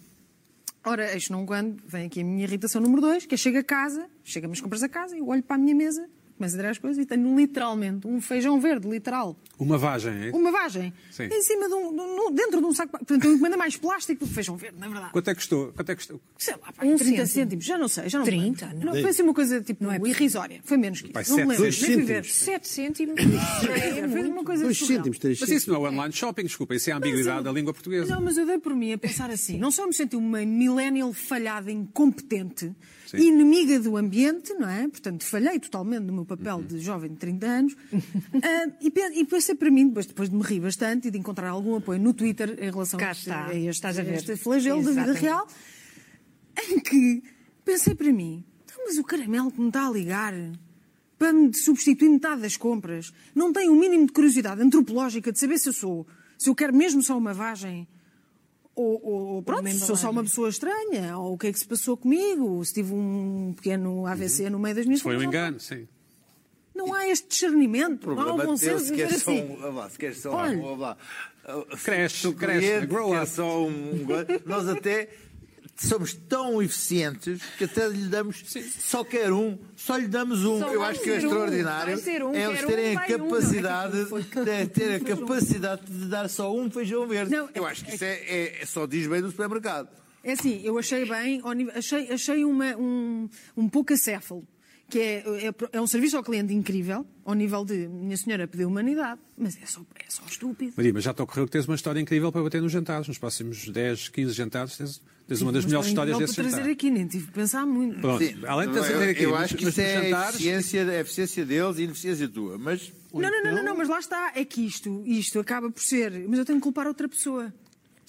Speaker 4: Ora, eis não quando vem aqui a minha irritação número dois, que eu chego a casa, chego-me as compras a casa, eu olho para a minha mesa, começo a tirar as coisas e tenho literalmente um feijão verde, literal,
Speaker 1: Uma vagem, é?
Speaker 4: uma vagem,
Speaker 1: Sim.
Speaker 4: em cima de um, de um- dentro de um saco, portanto, eu encomendo mais plástico do que feijão verde, na verdade.
Speaker 1: Quanto é que custou? Quanto é que custou?
Speaker 4: Sei lá, pá,
Speaker 3: Um
Speaker 4: 30 cêntimos.
Speaker 3: cêntimo.
Speaker 4: já não sei, já não me
Speaker 3: 30,
Speaker 4: lembro.
Speaker 3: não.
Speaker 4: Não, foi assim uma coisa tipo não é irrisória, foi menos que isso,
Speaker 1: Pai,
Speaker 4: não me lembro, nem
Speaker 1: sete
Speaker 4: fui ver.
Speaker 3: 7 cêntimos.
Speaker 4: É, Foi uma coisa
Speaker 2: Dois
Speaker 4: surreal.
Speaker 2: cêntimos, três
Speaker 1: Mas
Speaker 2: cêntimos.
Speaker 1: isso não é online shopping, desculpa. Isso é a ambiguidade da língua portuguesa.
Speaker 4: Não, mas eu dei por mim a pensar assim. Não só me senti uma millennial falhada, incompetente, inimiga do ambiente, não é? Portanto, falhei totalmente no meu papel de jovem de 30 anos. Ah, e, pe- e pensei para mim, depois, depois de me rir bastante e de encontrar algum apoio no Twitter em relação
Speaker 3: Cá
Speaker 4: a este,
Speaker 3: está.
Speaker 4: a este-
Speaker 3: Estás é a ver.
Speaker 4: este flagelo da vida
Speaker 3: Exatamente.
Speaker 4: real, em que pensei para mim, "Então, mas o caramelo que me está a ligar para me substituir metade das compras não tem o mínimo de curiosidade antropológica de saber se eu sou, se eu quero mesmo só uma vagem ou, ou- ou pronto,
Speaker 3: uma
Speaker 4: se sou só
Speaker 3: embalagem.
Speaker 4: uma pessoa estranha, ou o que é que se passou comigo, ou se tive um pequeno AVC
Speaker 5: Uhum.
Speaker 4: no meio das minhas
Speaker 1: Foi um
Speaker 4: compras.
Speaker 1: engano, sim.
Speaker 4: Não há este discernimento,
Speaker 5: O
Speaker 4: não há um
Speaker 5: problema é
Speaker 4: bom
Speaker 5: teu, se
Speaker 4: senso de dizer
Speaker 5: queres só
Speaker 4: assim.
Speaker 5: um. vá lá, Se queres só
Speaker 4: Olha.
Speaker 5: um. vá lá. Uh, se
Speaker 1: Cresce, é
Speaker 5: tu
Speaker 1: cresce,
Speaker 5: cliente
Speaker 1: grow
Speaker 5: quer
Speaker 1: up.
Speaker 5: só um- um go- Nós até somos tão eficientes que até lhe damos só quer um, só lhe damos um.
Speaker 3: Só
Speaker 5: Eu
Speaker 3: vai
Speaker 5: acho que é
Speaker 3: ser um,
Speaker 5: extraordinário.
Speaker 3: vai ser um,
Speaker 5: é eles
Speaker 3: quer um,
Speaker 5: terem a
Speaker 3: vai um, não um, é?
Speaker 5: capacidade de ter a capacidade de dar só um feijão verde.
Speaker 4: Não,
Speaker 5: eu
Speaker 4: é-
Speaker 5: acho que isso é, é- é só diz bem do supermercado.
Speaker 4: É assim, eu achei bem, ao nível- achei, achei uma- um, um pouco acéfalo. que é, é, é um serviço ao cliente incrível, ao nível de Minha Senhora pediu humanidade, mas é só, é só estúpido.
Speaker 1: Maria, mas já te ocorreu que tens uma história incrível para bater nos jantares. Nos próximos 10, 15 jantares tens, tens uma das melhores histórias
Speaker 4: não
Speaker 1: desse
Speaker 4: para trazer
Speaker 1: jantar.
Speaker 4: aqui, nem tive de pensar muito.
Speaker 1: Pronto, além de trazer
Speaker 6: eu,
Speaker 1: aqui,
Speaker 6: eu
Speaker 1: nos-
Speaker 6: acho que
Speaker 1: nos
Speaker 6: isso é a
Speaker 1: jantares,
Speaker 6: eficiência, a eficiência deles e a ineficiência tua. Mas
Speaker 4: Não, não, não,
Speaker 1: então-
Speaker 4: não, não, mas lá está. É que isto, isto acaba por ser. Mas eu tenho que culpar outra pessoa.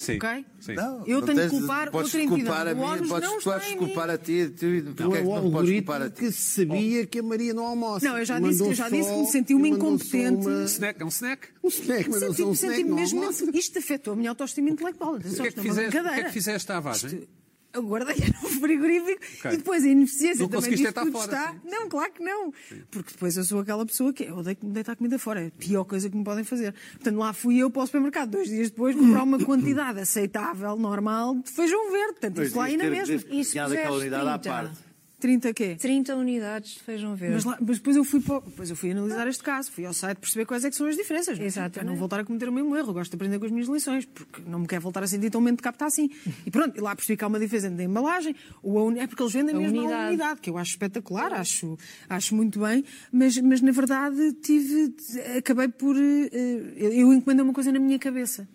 Speaker 1: Sim,
Speaker 4: Ok?
Speaker 1: sim. Um
Speaker 6: não,
Speaker 4: Eu
Speaker 6: não
Speaker 4: tenho que
Speaker 6: tens de-
Speaker 4: culpar
Speaker 6: podes
Speaker 4: outra
Speaker 6: culpar
Speaker 4: entidade. O
Speaker 6: A mim,
Speaker 4: ónus
Speaker 6: podes,
Speaker 4: não
Speaker 6: tu
Speaker 4: está
Speaker 6: vais
Speaker 4: em mim.
Speaker 6: culpar a ti. Tu,
Speaker 5: então
Speaker 2: Não,
Speaker 6: porque é que
Speaker 2: é o
Speaker 6: não podes culpar
Speaker 2: algoritmo
Speaker 6: a ti?
Speaker 2: que sabia que a Maria não almoça.
Speaker 4: Não, eu já disse-
Speaker 2: Mandou
Speaker 4: eu já
Speaker 2: só-
Speaker 4: disse que me senti uma
Speaker 2: mandou só
Speaker 4: incompetente.
Speaker 2: uma-
Speaker 1: Snack, é um snack.
Speaker 2: Um snack, mas não sou um
Speaker 4: Senti-me
Speaker 2: snack,
Speaker 4: senti
Speaker 2: não
Speaker 4: mesmo.
Speaker 2: almoça.
Speaker 4: Isto afetou a minha autoestima intelectual.
Speaker 1: O
Speaker 4: Atenção,
Speaker 1: que é que
Speaker 4: isto é uma
Speaker 1: fizeste, o que é
Speaker 4: brincadeira.
Speaker 1: que fizeste à vagem?
Speaker 4: Eu guardei no frigorífico
Speaker 1: Ok.
Speaker 4: e depois a ineficiência
Speaker 1: Não
Speaker 4: também
Speaker 1: conseguiste
Speaker 4: disto
Speaker 1: deitar
Speaker 4: tudo
Speaker 1: fora,
Speaker 4: está.
Speaker 1: sim.
Speaker 4: Não, claro que não. Porque depois eu sou aquela pessoa que eu odeio que me deitar a comida fora. É a pior coisa que me podem fazer. Portanto, lá fui eu para o supermercado dois dias depois comprar uma quantidade aceitável, normal, de feijão verde. Portanto,
Speaker 5: Mas
Speaker 4: isto lá
Speaker 5: devias
Speaker 4: ainda
Speaker 5: ter-
Speaker 4: mesmo. é
Speaker 5: devias ter cozinhado aquela
Speaker 3: puseste
Speaker 5: unidade à
Speaker 3: 30.
Speaker 5: parte.
Speaker 4: 30 quê?
Speaker 3: 30 unidades de feijão verde.
Speaker 4: Mas, lá- mas depois, eu fui para, o- depois eu fui analisar este caso, fui ao site perceber quais é que são as diferenças. não é?
Speaker 3: Exatamente.
Speaker 4: Para não voltar a cometer o mesmo erro, eu gosto de aprender com as minhas lições, porque não me quer voltar a sentir tão mente de capta assim. E pronto, e lá percebi que há uma diferença entre a embalagem, ou a uni- é porque eles vendem
Speaker 3: A
Speaker 4: mesmo a
Speaker 3: unidade.
Speaker 4: unidade, que eu acho espetacular, acho, acho muito bem, mas, mas na verdade tive, acabei por. eh, eh, eu, eu encomendei uma coisa na minha cabeça.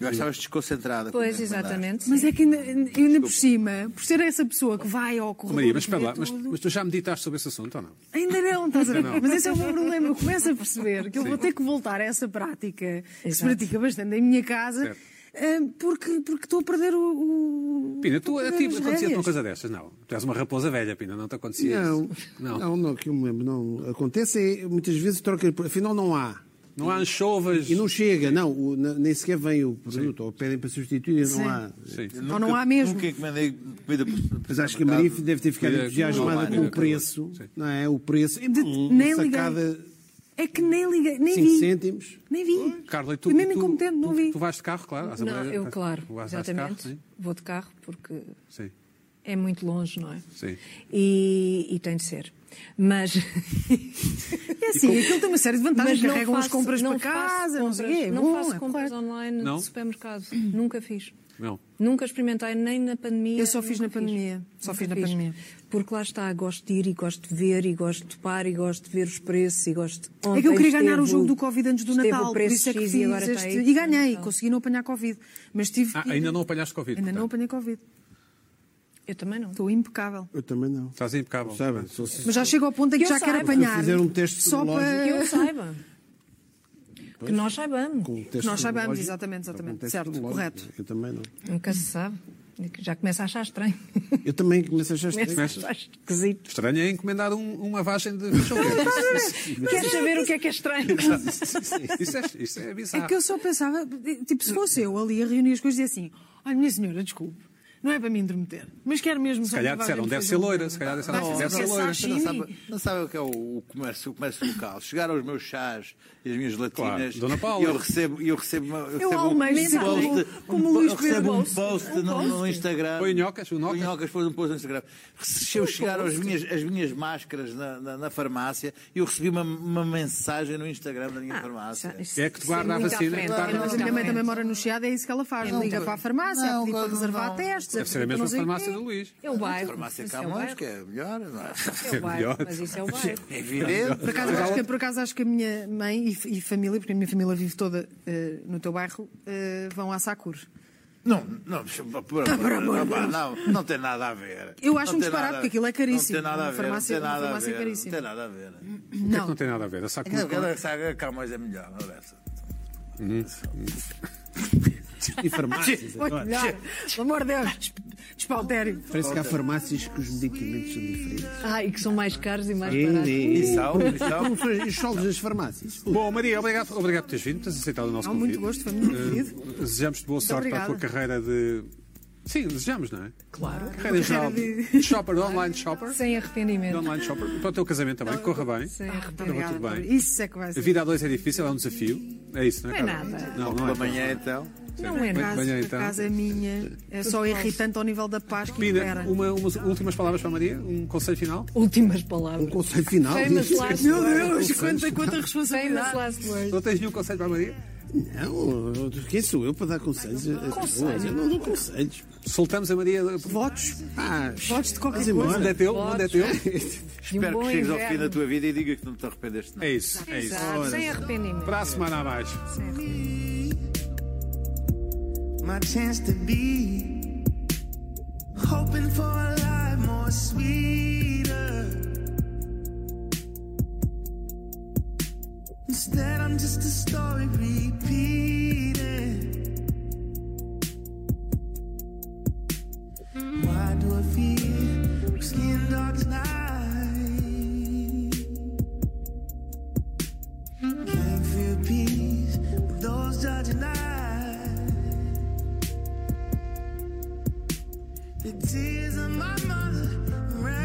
Speaker 6: Eu estavas desconcentrada. quando
Speaker 3: Pois,
Speaker 6: me mandaste.
Speaker 3: exatamente.
Speaker 4: Mas é que ainda, ainda por cima, por ser essa pessoa que vai ao corredor.
Speaker 1: Oh, Maria, mas espera
Speaker 4: ver
Speaker 1: lá, mas,
Speaker 4: tudo-
Speaker 1: mas tu já meditaste sobre esse assunto ou não?
Speaker 4: Ainda não, estás a ver? Mas esse é o meu problema. Eu começo a perceber que eu vou ter que voltar a essa prática, que se
Speaker 3: Exato.
Speaker 4: pratica bastante em minha casa,
Speaker 1: Certo.
Speaker 4: eh, porque, porque estou a perder o. o-
Speaker 1: Pina,
Speaker 4: estou
Speaker 1: tu a
Speaker 4: perder
Speaker 1: ti
Speaker 4: as
Speaker 1: acontecia-te uma
Speaker 4: rédeas.
Speaker 1: coisa destas? Não. Tu és uma raposa velha, Pina, não te acontecia
Speaker 2: Não,
Speaker 1: isso.
Speaker 2: não, não, que eu me lembro, não. Acontece é, muitas vezes troca, afinal não há.
Speaker 1: Não há anchovas.
Speaker 2: E não chega, não, o- na- nem sequer vem o produto, ou pedem para substituir, e não
Speaker 4: Sim.
Speaker 2: há.
Speaker 1: Sim.
Speaker 6: Eu
Speaker 4: Ou não há mesmo.
Speaker 6: é? Nunca encomendei comida por-
Speaker 2: Mas acho que a Maria deve ter ficado
Speaker 1: Cuida-
Speaker 2: entusiasmada
Speaker 6: cuida-
Speaker 2: com
Speaker 6: cuida-
Speaker 2: o preço,
Speaker 1: Sim.
Speaker 2: não é? O preço, e,
Speaker 4: De-
Speaker 2: hum,
Speaker 4: nem
Speaker 2: sacada
Speaker 4: É que nem liguei, nem
Speaker 2: 5
Speaker 4: vi.
Speaker 2: cêntimos.
Speaker 4: Nem vi.
Speaker 1: Carla, e tu,
Speaker 4: Fui mesmo
Speaker 1: tu-
Speaker 4: incompetente, não
Speaker 1: tu-
Speaker 4: vi.
Speaker 1: tu vais de carro, claro. às
Speaker 3: Não,
Speaker 1: Assembleias-
Speaker 3: eu, claro,
Speaker 1: tu vais- vais de
Speaker 3: exatamente.
Speaker 1: carro,
Speaker 3: Vou de carro porque
Speaker 1: sim. Sim.
Speaker 3: é muito longe, não é?
Speaker 1: Sim.
Speaker 3: E, e tem de ser. Mas.
Speaker 4: É assim, aquilo tem uma série de vantagens.
Speaker 3: não
Speaker 4: Carregam as
Speaker 3: faço-
Speaker 4: compras
Speaker 3: não
Speaker 4: para
Speaker 3: faço
Speaker 4: casa, não sei o
Speaker 3: compras-
Speaker 4: quê.
Speaker 3: Não
Speaker 4: Bom,
Speaker 3: faço
Speaker 4: é
Speaker 3: compras
Speaker 4: claro. Hum.
Speaker 3: online
Speaker 1: Não?
Speaker 3: de supermercado. Nunca fiz.
Speaker 1: Não.
Speaker 3: Nunca experimentei, nem na pandemia.
Speaker 4: Eu só fiz
Speaker 3: nunca
Speaker 4: na pandemia. Só
Speaker 3: Nunca
Speaker 4: fiz na pandemia.
Speaker 3: Porque lá está, gosto de ir e gosto de ver e gosto de par e gosto de ver os preços e gosto de.
Speaker 4: É que eu
Speaker 3: Ontem
Speaker 4: queria ganhar
Speaker 3: esteve
Speaker 4: o jogo do Covid antes do
Speaker 3: esteve
Speaker 4: Natal,
Speaker 3: o
Speaker 4: por
Speaker 3: preço
Speaker 4: isso é que
Speaker 3: X
Speaker 4: fiz
Speaker 3: e agora está
Speaker 4: este-
Speaker 3: aí.
Speaker 4: E ganhei,
Speaker 3: Então,
Speaker 4: consegui não apanhar Covid. Mas tive
Speaker 1: Ah,
Speaker 4: que-
Speaker 1: ainda não apanhaste Covid,
Speaker 4: Ainda não
Speaker 1: portanto.
Speaker 4: apanhei Covid.
Speaker 3: Eu também não.
Speaker 4: Estou impecável.
Speaker 2: Eu também não.
Speaker 1: Estás impecável.
Speaker 2: Sabem? Só se
Speaker 4: Mas já chego ao ponto em que
Speaker 3: Eu
Speaker 4: já quero
Speaker 3: saiba.
Speaker 4: apanhar.
Speaker 2: Fazer um teste
Speaker 4: só para...
Speaker 2: serológico.
Speaker 3: Que eu saiba. Que nós saibamos.
Speaker 2: com o teste
Speaker 4: Que nós saibamos,
Speaker 2: serológico,
Speaker 4: exatamente,
Speaker 2: só com o
Speaker 4: exatamente.
Speaker 2: teste
Speaker 4: Certo,
Speaker 2: serológico.
Speaker 4: correto.
Speaker 2: Eu também não.
Speaker 3: Nunca se sabe. Já começa a achar estranho.
Speaker 2: Eu também começo a achar estranho.
Speaker 3: Começa a achar esquisito.
Speaker 1: Estranho é encomendar um- uma vagem de bicho
Speaker 3: Queres saber o que é que é estranho?
Speaker 1: isso, é, isso é
Speaker 4: É
Speaker 1: bizarro.
Speaker 4: que eu só pensava, tipo, se fosse eu ali a reunir as coisas e assim, olha, minha senhora, desculpe, não é para me intermeter, mas quero mesmo...
Speaker 1: Se calhar disseram, deve
Speaker 4: um
Speaker 1: ser loira, se calhar disseram,
Speaker 4: Vai fazer
Speaker 1: deve ser
Speaker 4: essa
Speaker 1: loira.
Speaker 6: Você Não
Speaker 4: Sashimi.
Speaker 6: sabe, não sabe o que é o, o comércio, o comércio local. Chegar aos meus chás e as minhas gelatinas.
Speaker 1: Claro, Dona Paula.
Speaker 6: E eu recebo, e eu recebo, uma- eu recebo
Speaker 4: almejo
Speaker 6: um post,
Speaker 4: como-
Speaker 6: um,
Speaker 4: como
Speaker 6: po-
Speaker 4: Luís
Speaker 6: eu recebo
Speaker 4: Pedro
Speaker 6: um
Speaker 4: Bolso.
Speaker 6: post, no, no Instagram.
Speaker 1: Põe nhocas, o nhocas.
Speaker 6: Põe nhocas, pôs um post no Instagram. Se eu chegar às minhas, as minhas máscaras na, na, na farmácia, eu recebi uma, uma mensagem no Instagram da
Speaker 3: Ah,
Speaker 6: minha farmácia.
Speaker 1: É que te guarda a vacina, que te guarda
Speaker 4: Mas a minha mãe também mora no Chiado, é isso que ela faz. Liga para a farmácia,
Speaker 6: não,
Speaker 4: a pedir para
Speaker 6: não,
Speaker 4: reservar
Speaker 6: não.
Speaker 4: testes.
Speaker 1: Deve ser é a
Speaker 4: pedir
Speaker 1: mesma
Speaker 4: para não sei o
Speaker 1: farmácia
Speaker 4: quê.
Speaker 1: do Luís.
Speaker 3: É o bairro.
Speaker 6: farmácia
Speaker 3: Isso é o
Speaker 6: Camões,
Speaker 3: bairro.
Speaker 6: que é melhor, não é?
Speaker 3: É o bairro,
Speaker 1: melhor.
Speaker 3: mas isso é o bairro.
Speaker 6: É evidente.
Speaker 4: Por acaso, acho que, por acaso acho que a minha mãe e, f- e família, porque a minha família vive toda eh, no teu bairro, eh, vão à Sacur.
Speaker 6: Não, não,
Speaker 4: Tá,
Speaker 6: por amor, não, pá, não, não tem nada a ver.
Speaker 4: Eu acho
Speaker 6: Não tem
Speaker 4: um disparate,
Speaker 6: nada a-
Speaker 4: porque aquilo é caríssimo.
Speaker 6: Não tem nada
Speaker 4: Uma
Speaker 6: a ver, não
Speaker 4: farmácia-
Speaker 6: tem
Speaker 4: uma
Speaker 6: nada a
Speaker 4: farmácia é Hum.
Speaker 6: ver,
Speaker 4: caríssimo.
Speaker 6: Não tem nada a ver.
Speaker 1: O que é que não tem nada a ver? A saco
Speaker 6: Aquela- Aquela saga Camões é melhor, não é essa?
Speaker 2: E farmácias.
Speaker 4: Olha,
Speaker 2: agora.
Speaker 4: melhor. pelo amor de Deus, desp- despautério.
Speaker 2: Parece que há farmácias que os medicamentos são diferentes.
Speaker 3: Ah, e que são mais caros e mais baratos.
Speaker 2: E,
Speaker 6: E sal, e sal.
Speaker 2: Não são os solos das farmácias.
Speaker 1: Bom, Maria, obrigado, obrigado por teres vindo, por teres aceitado o nosso
Speaker 4: Não,
Speaker 1: convite. Eh,
Speaker 4: muito gosto, foi muito divertido.
Speaker 1: Desejamos-te boa sorte para a tua carreira de. Sim, desejamos, não é?
Speaker 3: Claro.
Speaker 1: Carreira em geral.
Speaker 4: de-
Speaker 1: De shopper, de online shopper.
Speaker 3: Sem
Speaker 1: De
Speaker 3: arrependimento.
Speaker 1: online shopper. Para o teu casamento também, corra bem. Ah,
Speaker 3: Sem
Speaker 1: Corra
Speaker 4: Obrigada,
Speaker 1: tudo
Speaker 4: Pedro.
Speaker 1: bem.
Speaker 4: Isso é que vai
Speaker 1: A
Speaker 4: ser.
Speaker 1: vida a dois é difícil, é um desafio. É isso, não é?
Speaker 3: Não é
Speaker 1: Carla?
Speaker 3: nada.
Speaker 1: Não, não
Speaker 6: Pela
Speaker 1: é.
Speaker 6: manhã então.
Speaker 4: Não é
Speaker 1: Amanhã,
Speaker 4: casa,
Speaker 1: então.
Speaker 4: a casa é minha. É só irritante ao nível da paz que
Speaker 1: Pina,
Speaker 4: impera.
Speaker 1: uma, umas últimas palavras para a Maria? Um conselho final?
Speaker 3: Últimas
Speaker 2: Um
Speaker 3: palavras.
Speaker 2: conselho final.
Speaker 3: Famous last
Speaker 4: Meu
Speaker 3: words.
Speaker 4: Deus, quanta, quanta
Speaker 3: Famous
Speaker 4: responsabilidade.
Speaker 3: last words.
Speaker 1: Não tens nenhum conselho para a Maria?
Speaker 2: Não, eu- quem sou eu para dar conselhos? a- a pessoas? Eu não dou conselhos.
Speaker 1: Soltamos a Maria.
Speaker 2: Votos? Ah,
Speaker 4: Votos de qualquer
Speaker 2: vamos embora.
Speaker 4: coisa.
Speaker 1: Onde é teu? Onde é teu?
Speaker 3: E um
Speaker 6: Espero
Speaker 3: bom
Speaker 6: que chegues ao fim
Speaker 3: inverno.
Speaker 6: da tua vida e digas que não te arrependeste. Não.
Speaker 1: É isso, é isso.
Speaker 3: Exato, sem arrependimento.
Speaker 1: Para a semana a mais.
Speaker 7: my chance to be hoping for a life more sweeter instead i'm just a story repeated why do i feel skin dark night can't feel peace with those judging eyes The tears of my mother ran